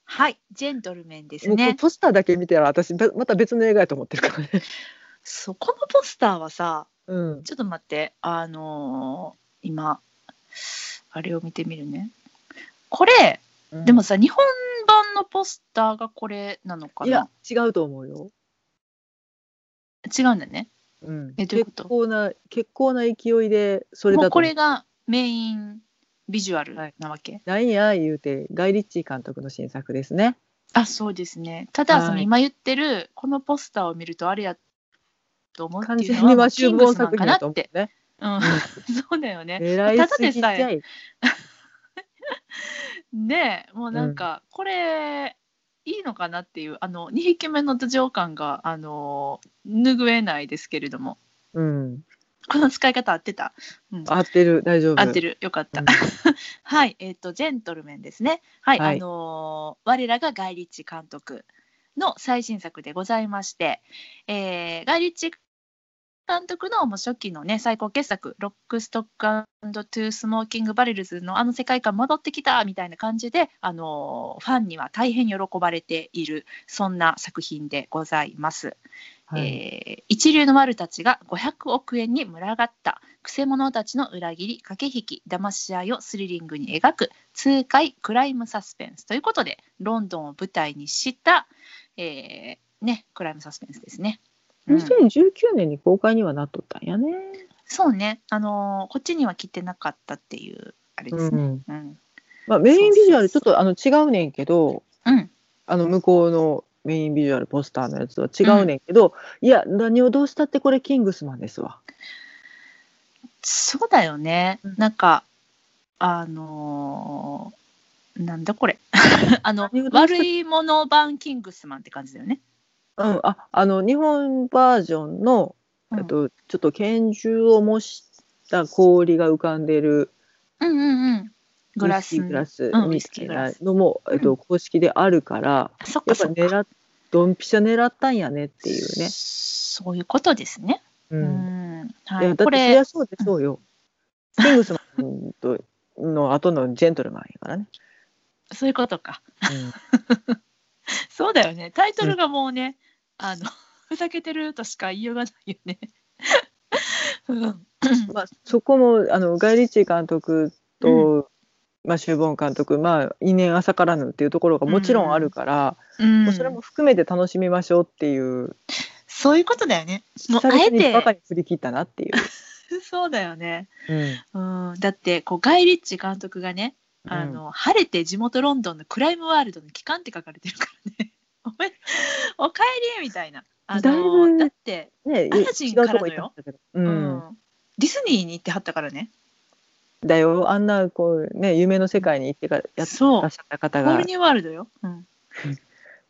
A: はい、ジェントルメンです
B: もうこの
A: ね。
B: ポスターだけ見たら、私、べまた別の映画やと思ってる からね。
A: そこのポスターはさ、
B: うん。
A: ちょっと待って、あのー今あれを見てみるね。これでも、さ日本版のポスターがこれなのか
B: いや
A: な？、
B: 違うと思うよ。
A: 違うんだね。
B: うん。
A: えどういうこと
B: 結構な、結構な勢いで、それ
A: も
B: だ
A: う
B: と。
A: これがメインビジュアルなわけ。
B: なんや言うて、ガイ・リッチー監督の新作ですね。
A: あそうですね。ただ、
B: はい
A: その今言ってるこのポスターを見るとあれやと思うって
B: 完
A: いう
B: 全
A: のは
B: に
A: まあ
B: マ
A: キ
B: シュ
A: ン
B: ー・
A: グ
B: ボー
A: ス
B: ン
A: マン
B: 作
A: か
B: 品
A: なっ
B: だと思
A: て。
B: うね。
A: うん、 そうだよね。
B: 偉い
A: ただ
B: す
A: で
B: ぎち
A: さえ
B: ゃい。
A: ねえもうなんかこれいいのかなっていうあの2匹目の頭上感があの拭えないですけれども
B: うん。
A: この使い方合ってた、うん、
B: 合ってる、大丈夫。
A: 合って
B: る。
A: るよかった。
B: うん
A: はい、えっ、とジェントルメンですね。はい、
B: はい
A: あのー我らがガイリッチ監督の最新作でございまして、えーガイリッチ監督のもう初期のね最高傑作「ロックストックアンドトゥースモーキングバレルズ」のあの世界観戻ってきたみたいな感じで、あのーファンには大変喜ばれているそんな作品でございます。
B: はい
A: えー一流のワルたちが500億円に群がったくせ者たちの裏切り駆け引き騙し合いをスリリングに描く痛快クライムサスペンスということでロンドンを舞台にした、えーね、クライムサスペンスですね。うん
B: 2019年に公開にはなっとったんやね。
A: そうね、あのーこっちには来てなかったっていうあれですね。
B: ん。
A: うん、
B: まあ、メインビジュアルちょっとあの違うねんけど、
A: うん、
B: あの向こうのメインビジュアルポスターのやつは違うねんけど、いや、何をどうしたってこれキングスマンですわ。
A: そうだよね
B: うん。
A: なんかあのーなんだこれ あの
B: 何をどうした
A: 悪いもの版キングスマンって感じだよね。
B: うん。あ、あの、日本バージョンの、
A: うん
B: えっと、ちょっと拳銃を模した氷が浮かんでる
A: うんうんうん。グラ
B: ウイ
A: ス。
B: スキーグラス
A: うん
B: みたい
A: ウイ
B: な
A: スキー
B: のも、えっと、公式であるから、
A: そっか
B: やっぱ
A: そっか。
B: 狙っドンピシャ狙ったんやねっていうね。
A: そういうことですね。
B: う。
A: うんん。
B: い
A: は
B: や
A: い。こ
B: だってそり
A: れ
B: ゃ、そうでそうよ。キングスマンとの後のジェントルマンやからね。
A: そういうことか。 そうだよね。タイトルがもうね、あの、 ふざけてるとしか言いようがないよね。 うん。
B: うんまあそこもあのガイリッチー監督と、まあシューボーン監督まあ因縁朝からぬっていうところがもちろんあるから、
A: うん
B: もうそれも含めて楽しみましょうっていう。
A: そういうことだよね。もう
B: 久
A: あえ
B: 々にバカ
A: て、
B: に振り切ったなっていう。
A: そうだよね。
B: うん
A: うん。だって、こう、ガイリッチ監督がね、 あの、晴れて地元ロンドンのクライムワールドの帰還って書かれてるからね。 おめ、お帰りみたいな。あ
B: だい
A: の、
B: ぶ
A: だって、
B: うんね
A: アラジンからのよ
B: 違うとこ行ったんだけど。うん。
A: ディズニーに行ってはったからね。
B: だよあんなこうね夢の世界に行ってからやっ
A: そう。
B: らっしゃった方
A: ホー
B: が
A: ルニューワールドよ。うん、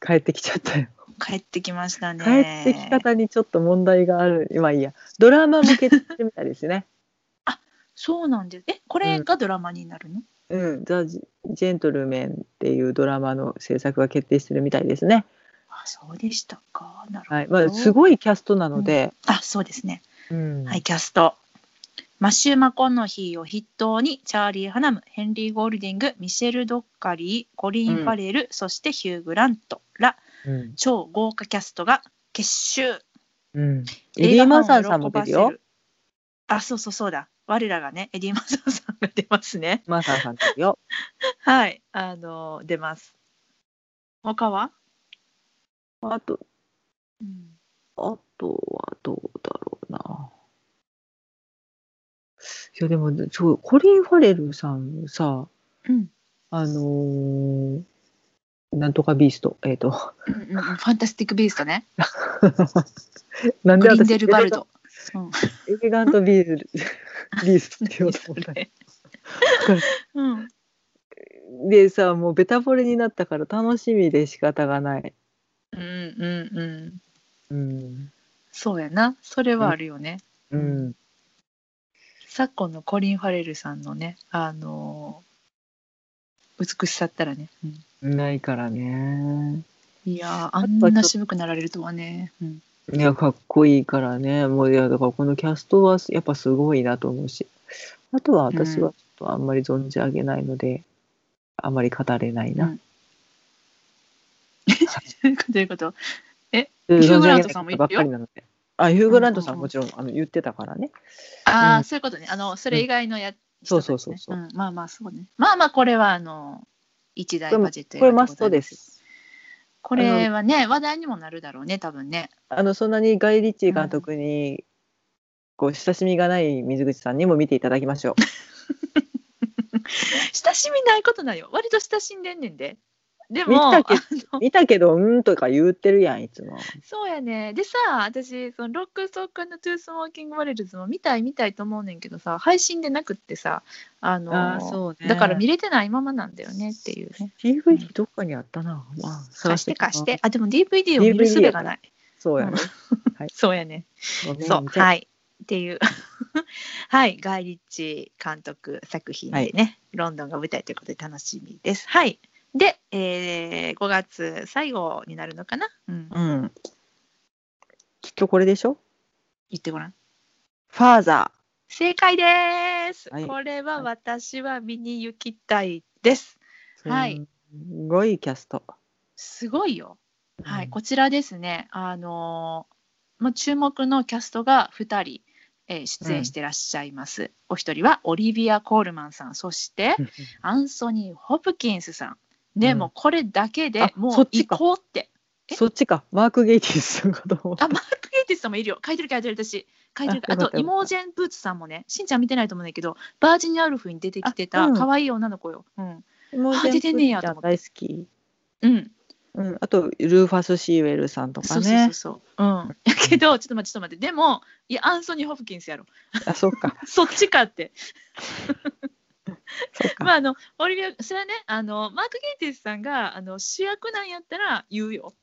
B: 帰ってきちゃったよ。
A: 帰ってきましたね。
B: 帰ってき方にちょっと問題がある。まあいいや。ドラマ向けてみたいで すね。
A: そうなんです。え、これがドラマになるの？
B: うん。ザ・ジェントルメンっていうドラマの制作が決定してるみたいですね。
A: あ、そうでしたか。なるほど。
B: はい。まあすごいキャストなので。
A: あ、そうですね。
B: うん
A: はい、。キャスト。マシュー・マコンノヒーを筆頭にチャーリー・ハナムヘンリー・ゴールディングミシェル・ドッカリーコリーン・ファレル、そしてヒュー・グラントら
B: うん。
A: 超豪華キャストが結集
B: うん。エディ・マーサンさんも出る
A: 映画ファンを喜ばせ
B: よ。
A: るあそうそうそうだ我らがねエディ・マーサンさんが出ますね
B: マーサンさん出るよ。
A: はい、あの出ます。他は？
B: あと、
A: うん、
B: あとはどうだろうな。いやでも、そう、コリン・ファレルさんさ、
A: うん、
B: あのーなんとかビースト、えっ、と、
A: うん、ファンタスティックビーストね。
B: なん
A: グリ
B: で
A: ン
B: 私
A: デルバルド。うん
B: エレガン トビールビースって言おうと思った。
A: うん、
B: でさもうベタ惚れになったから楽しみで仕方がない。
A: うん、うん、うん。
B: うん。
A: そうやな、それはあるよね。
B: うん。
A: 昨今のコリン・ファレルさんのね、あのー美しさったらね、うん
B: ないからね。
A: いやー
B: ぱ
A: あ
B: ちょ
A: んな渋くなられるとはね、 うん、
B: いや、かっこいいからね。もう、いや、だからこのキャストはやっぱすごいなと思うし。あとは私はちょっとあんまり存じ上げないので、あんまり語れないな。
A: うんどういうことどういうこと
B: うん
A: ヒュー
B: 存
A: グ
B: じ
A: ラ
B: 上
A: ン
B: げ
A: ト
B: な
A: さ
B: い
A: んも言
B: こと
A: ってよ
B: ばっかりなので。あ、ヒューグラントさん
A: うん
B: もちろんあの言ってたからね。
A: ああ、
B: うん
A: そういうことねあのそれ以外のや、
B: そ
A: 人
B: う
A: たちね
B: そうそうそう。
A: んまあまあそうねまあまあこれはあの一大
B: これも
A: バジェット
B: これマストです
A: これはね話題にもなるだろうね多分ね
B: あのそんなにガイ・リッチー監督に、こう親しみがない水口さんにも見ていただきましょう。
A: 親しみないことないよ割と親しんでんねんでで
B: 見
A: も
B: たけ 見たけどうんとか言ってるやんいつも。
A: そうやねでさ私そのロックストックのトゥースモーキングワレルズも見たい見たいと思うねんけどさ配信でなくってさあの
B: あーそうね
A: だから見れてないままなんだよねっていうね
B: TV どっかにあったな。まあ、探
A: 貸
B: し
A: して
B: て
A: 貸して。あでも DVD を見
B: DVD
A: る術がない
B: そうやね。
A: そうやねそう、
B: い。
A: はい。っていう。 はい、ガイ・リッチ監督作品でね、ロンドンが舞台ということで楽しみです。はい。で、えー、5月最後になるのかな、うん、
B: うん。きっとこれでしょ
A: 言ってごらん。
B: ファーザ
A: 正解です、
B: はい
A: これは私は見に行きたいです。
B: ー。
A: はい。
B: すごいキャスト。
A: すごいよ。はい、
B: うん
A: こちらですね。あのーまあ、注目のキャストが2人、えー出演してらっしゃいます。お一人はオリビア・コールマンさん、そして、 アンソニー・ホプキンスさん。ね、
B: うん
A: もうこれだけで
B: あ
A: も
B: そっ
A: う
B: ち
A: 行
B: か
A: こうって。え
B: そっちか。マーク・ゲイティスのこと
A: あ、マーク・ゲイティスさんもいるよ。書いてる書いてる私。書いてるあ
B: あよかった
A: と、イモージェン・ブーツさんもね、しんちゃん見てないと思うんだけど、バージニア・アルフに出てきて
B: あ
A: た
B: うん
A: 可愛い女の子よ。うん。
B: も
A: あ出てねえやと思って
B: 大好き。
A: うん。
B: うん。あと、ルーファス・シーウェルさんと
A: そ
B: か
A: うそうそ
B: ね
A: う。そう。うん。やけど、ちょっと待って、ちょっと待って。でも、いや、アンソニー・ホプキンスや ろ。
B: あ、そっか。
A: そっちかって。
B: そっ か。
A: まあ、あの、オリビア、それはね、あの、マーク・ゲイティスさんがあの主役なんやったら言うよ。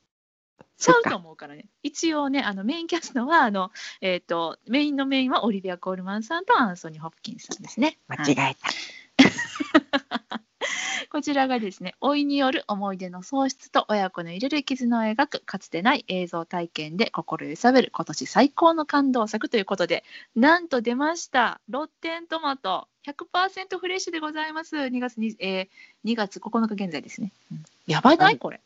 A: ち
B: そ
A: ゃ
B: っ
A: うと
B: か。
A: 思うからね。一応ね、あのメインキャストは、あの、えっ、と、メインのメインはオリビア・コールマンさんとアンソニー・ホプキンスさんですね。
B: 間
A: は
B: 違えた。
A: いこちらがですね、老いによる思い出の喪失と親子の揺れる絆を描く、かつてない映像体験で心揺さぶる今年最高の感動作ということで、なんと出ました、ロッテントマト100%フレッシュでございます。2月に、えー、2月9日現在ですね。うんやばいな
B: う
A: い
B: ん
A: これ。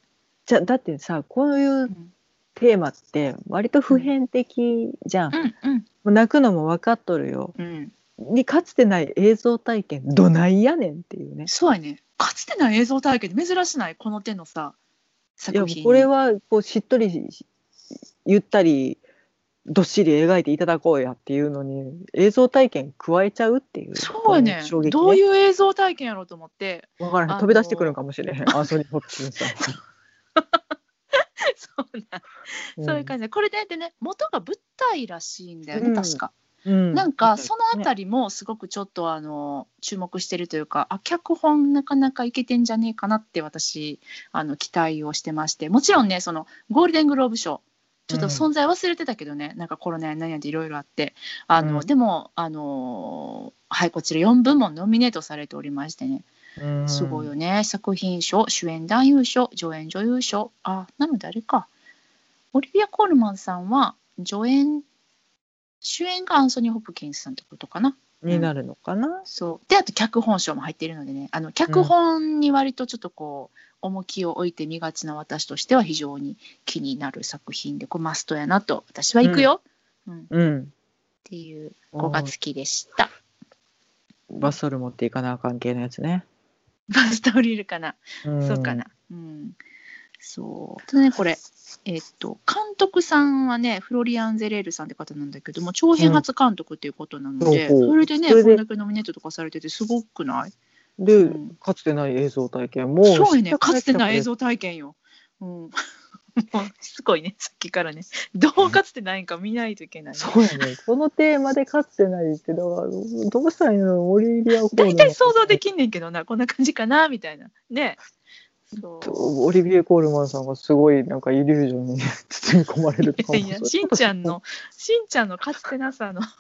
B: じゃだってさこういううんテーマって割と普遍的じゃん、
A: う
B: も
A: んうん
B: う泣くのも分かっとるよ
A: うん。
B: にかつてない映像体験どないやねんっていうね
A: そうやね。かつてない映像体験で珍しないこの手のさ
B: い
A: 作
B: やもう
A: 品。
B: これはこうしっとりしゆったりどっしり描いていただこうやっていうのに映像体験加えちゃうっていう
A: そうやね
B: この衝撃、ね、
A: どういう映像体験やろうと思って。
B: 分か
A: あ
B: らへん
A: の
B: 飛び出してくるんかもしれへ んアンソニー・ホプキンさん
A: そうなん、そういう感じでこれででね元が舞台らしいんだよね、
B: うん
A: 確か。
B: じ、うん
A: なんかそのあたりもすごくちょっとあの注目してるというかあ脚本なかなかいけてんじゃねえかなって私あの期待をしてましてもちろんねそのゴールデングローブ賞ちょっと
B: うん
A: 存在忘れてたけどね、なんかコロナや何やでいろいろあってあの、
B: うん
A: でもあのはいこちら4部門ノミネートされておりましてね
B: うん
A: すごいよね、作品賞主演男優賞助演女優賞あなのであれかオリビア・コールマンさんは助演主演がアンソニー・ホプキンスさんってことかな
B: になるのかな、
A: そうであと脚本賞も入っているのでねあの脚本に割とちょっとこう、重きを置いてみがちな私としては非常に気になる作品でこれマストやなと私は行くよ、うんっ
B: うん、
A: ていう5月期でした
B: バスソル持っていかなあかん系のやつね。
A: バスト降りるかな、そうかな。うんそうあとねこれえっと監督さんはねフロリアン・ゼレールさんって方なんだけども長編初監督っていうことなので、
B: うんほうほう
A: それでね
B: それ
A: こ
B: で
A: んだけノミネートとかされててすごくない、
B: で、
A: うん
B: かつてない映像体験も
A: そうよね。かつてない映像体験よ。うん。 もうしつこいね。さっきからね。どうかつてないんか見ないといけない、ね。
B: そうやね。このテーマでかつてないってだからどうしたらいいのオリビア・コールマン
A: 大体想像できんねんけどな。こんな感じかなみたいな。ね。そう。
B: オリビエ・コールマンさんがすごいなんかイリュージョンに 包み込まれるとかも
A: いやいや、しんちゃんの、しんちゃんのかつてなさの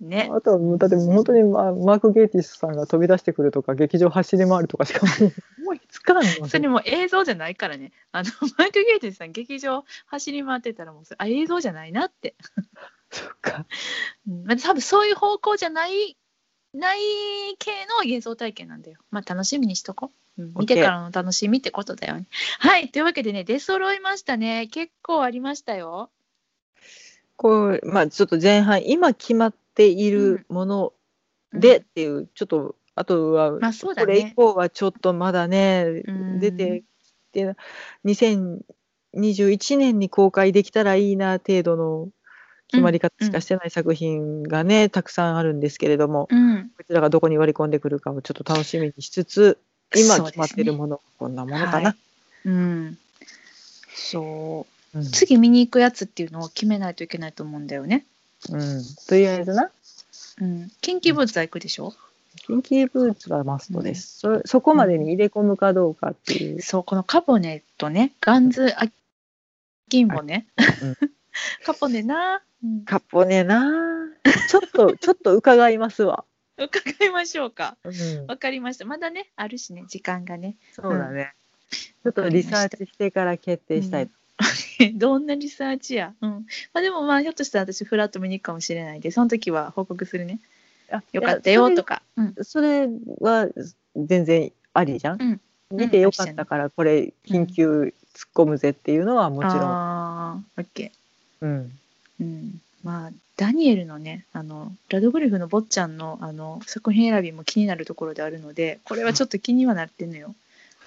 A: ね。
B: あとはもうだってもう本当にまあマーク・ゲイティスさんが飛び出してくるとか劇場走り回るとかしかもう思いつかんの
A: それもう映像じゃないからね。あの、マイク・ゲイティスさん、劇場走り回ってたら、もうそれ、あ、映像じゃないなって。
B: そっか
A: うん、まあ多分そういう方向じゃない、ない系の幻想体験なんだよ。まあ、楽しみにしとこう。うん、見てからの楽しみってことだよね。はい。というわけでね、出揃いましたね。結構ありましたよ。
B: こうまあちょっと前半今決まっているものでっ、ていう、ちょっとあとは、
A: まあそうだ
B: これ以
A: ね。
B: 降はちょっとまだね
A: うん
B: 出てきてな2021年に公開できたらいいな程度の決まり方しかしてない作品がねたくさんあるんですけれども
A: うん。
B: こちらがどこに割り込んでくるかをちょっと楽しみにしつつ今
A: そうですね
B: 決まってるもの、こんなものか
A: は
B: な。
A: いうん。そう。
B: うん
A: 次見に行くやつっていうのを決めないといけないと思うんだよね。
B: うんとりあえずな
A: うん。近畿ブーツは行くでしょ、
B: キンキーブーツがマストです、それそこまでに入れ込むかどうかっていう、
A: そう、このカポネとね、ガンズ・アキンボね。
B: うん
A: カポネな。うん
B: カッポねなちょっとちょっと伺いますわ、
A: 伺いましょうか。
B: うん、
A: わかりました。まだね、あるしね、時間がね。
B: そうだね。ちょっとリサーチしてから決定したい。
A: どんなリサーチや。うん。まあでもまあ、ひょっとしたら私、フラット見に行くかもしれないんで、その時は報告するね。
B: あ
A: よかったよと。か。うん。
B: それは全然ありじゃん。
A: うん
B: 見てよかったからこれ緊急突っ込むぜっていうのはもちろん。
A: ああ、オッケー。
B: うん。
A: うん、まあダニエルのねあのラドグリフの坊ちゃんのあの作品選びも気になるところであるのでこれはちょっと気にはなってんの よ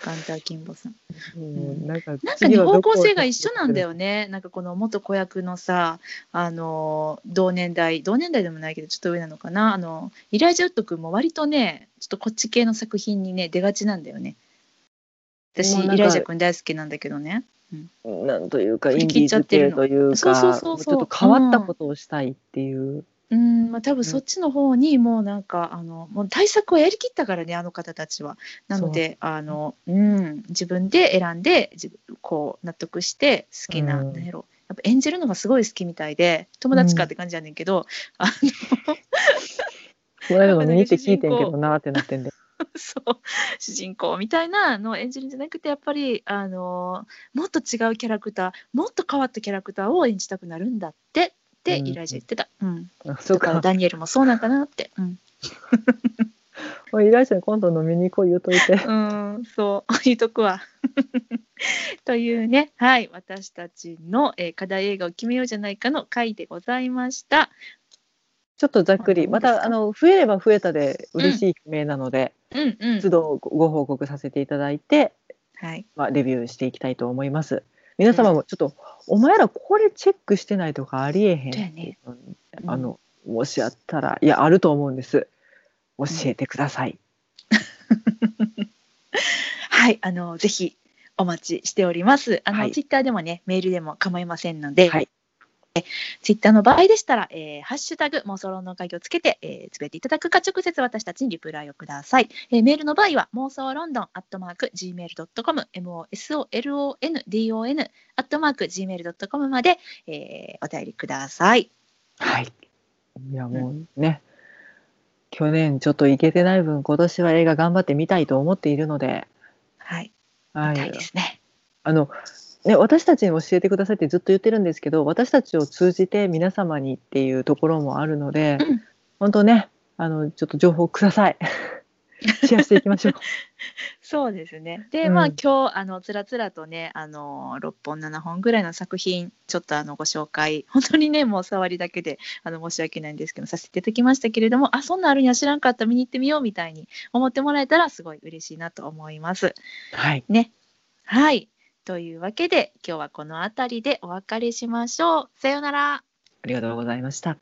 A: ガンター・キンボさん。
B: うんなんか
A: なんかね
B: 次は
A: 方
B: どこ
A: 向性が一緒なんだ。よねなんかこの元子役のさあの同年代同年代でもないけどちょっと上なのかなあのイライジャ・ウッド君も割とねちょっとこっち系の作品にね出がちなんだよね。私
B: もうなんか
A: イライジャ君大好きなんだけどね。
B: なんというかイ
A: 振り
B: ンデ
A: 切
B: ィ
A: っ
B: ー
A: ちゃ
B: ズ
A: ってるの
B: 系というか、
A: そうそうそうそう
B: ちょっと変わったことをしたいっていう。
A: うんまあ、多
B: ん
A: 分そっちの方にもうなんか、あのもう対策をやりきったからねあの方たちは。なのであの、うん、自分で選んで自分こう納得して好きな、
B: うん
A: なんやろやっぱ演じるのがすごい好きみたいで友達かって感じやねんけど、あの
B: この間の見て聞いてんけどなってなってんで。
A: そう主人公みたいなのを演じるんじゃなくてやっぱりあのもっと違うキャラクターもっと変わったキャラクターを演じたくなるんだってって
B: うん
A: イライジャ言ってた、うん、
B: そ
A: だ
B: う
A: から
B: か。
A: ダニエルもそうなんかなって。うん
B: おい依頼者に今度飲みに行こう言うといて。
A: うーん、そう、言うとくわ。 というね、はい、私たちの、えー課題映画を決めようじゃないかの回でございました。
B: ちょっとざっくり、
A: まあ
B: ま
A: どうです
B: た
A: か
B: あの増えれば増えたで嬉しい悲鳴なので、
A: うんうん
B: 都。度ごご報告させていただいて、
A: はい。
B: まあ、レビューしていきたいと思います。皆様もちょっと、お前らこれチェックしてないとかありえへん
A: そうやね
B: あのもしあったらいやあると思うんです教えてください、
A: はい、あの、ぜひお待ちしております。あの、
B: はい
A: ツイッターでもね、メールでも構いませんので、
B: はい
A: えツイッターの場合でしたら、えーハッシュタグ、妄想論の会議をつけて、えーつぶやいていただくか、直接私たちにリプライをください。えーメールの場合は、妄想ロンドン、アットマーク、gmail.com、mosolondon、アットマーク、gmail.com まで、えーお便りください。
B: はいいやもうね、去年ちょっと行けてない分今年は映画頑張ってみたいと思っているので、
A: はい、
B: は
A: 見た
B: い
A: いですね。
B: あのね、私たちに教えてくださいってずっと言ってるんですけど私たちを通じて皆様にっていうところもあるので、
A: うん
B: 本当ねあのちょっと情報くださいシェアしていきましょう。
A: そうですね。
B: う
A: で、
B: ん
A: まあ、今日、あの、つらつらとね、あの、6本、7本ぐらいの作品、ちょっとあの、ご紹介、 本当にね、もう触りだけで、あの、申し訳ないんですけど、させていただきましたけれども、あ、そんなんあるんや知らんかった、見に行ってみようみたいに思ってもらえたら、すごい嬉しいなと思います。
B: はい、
A: はい。というわけで、今日はこの辺りでお別れしましょう。さようなら。
B: ありがとうございました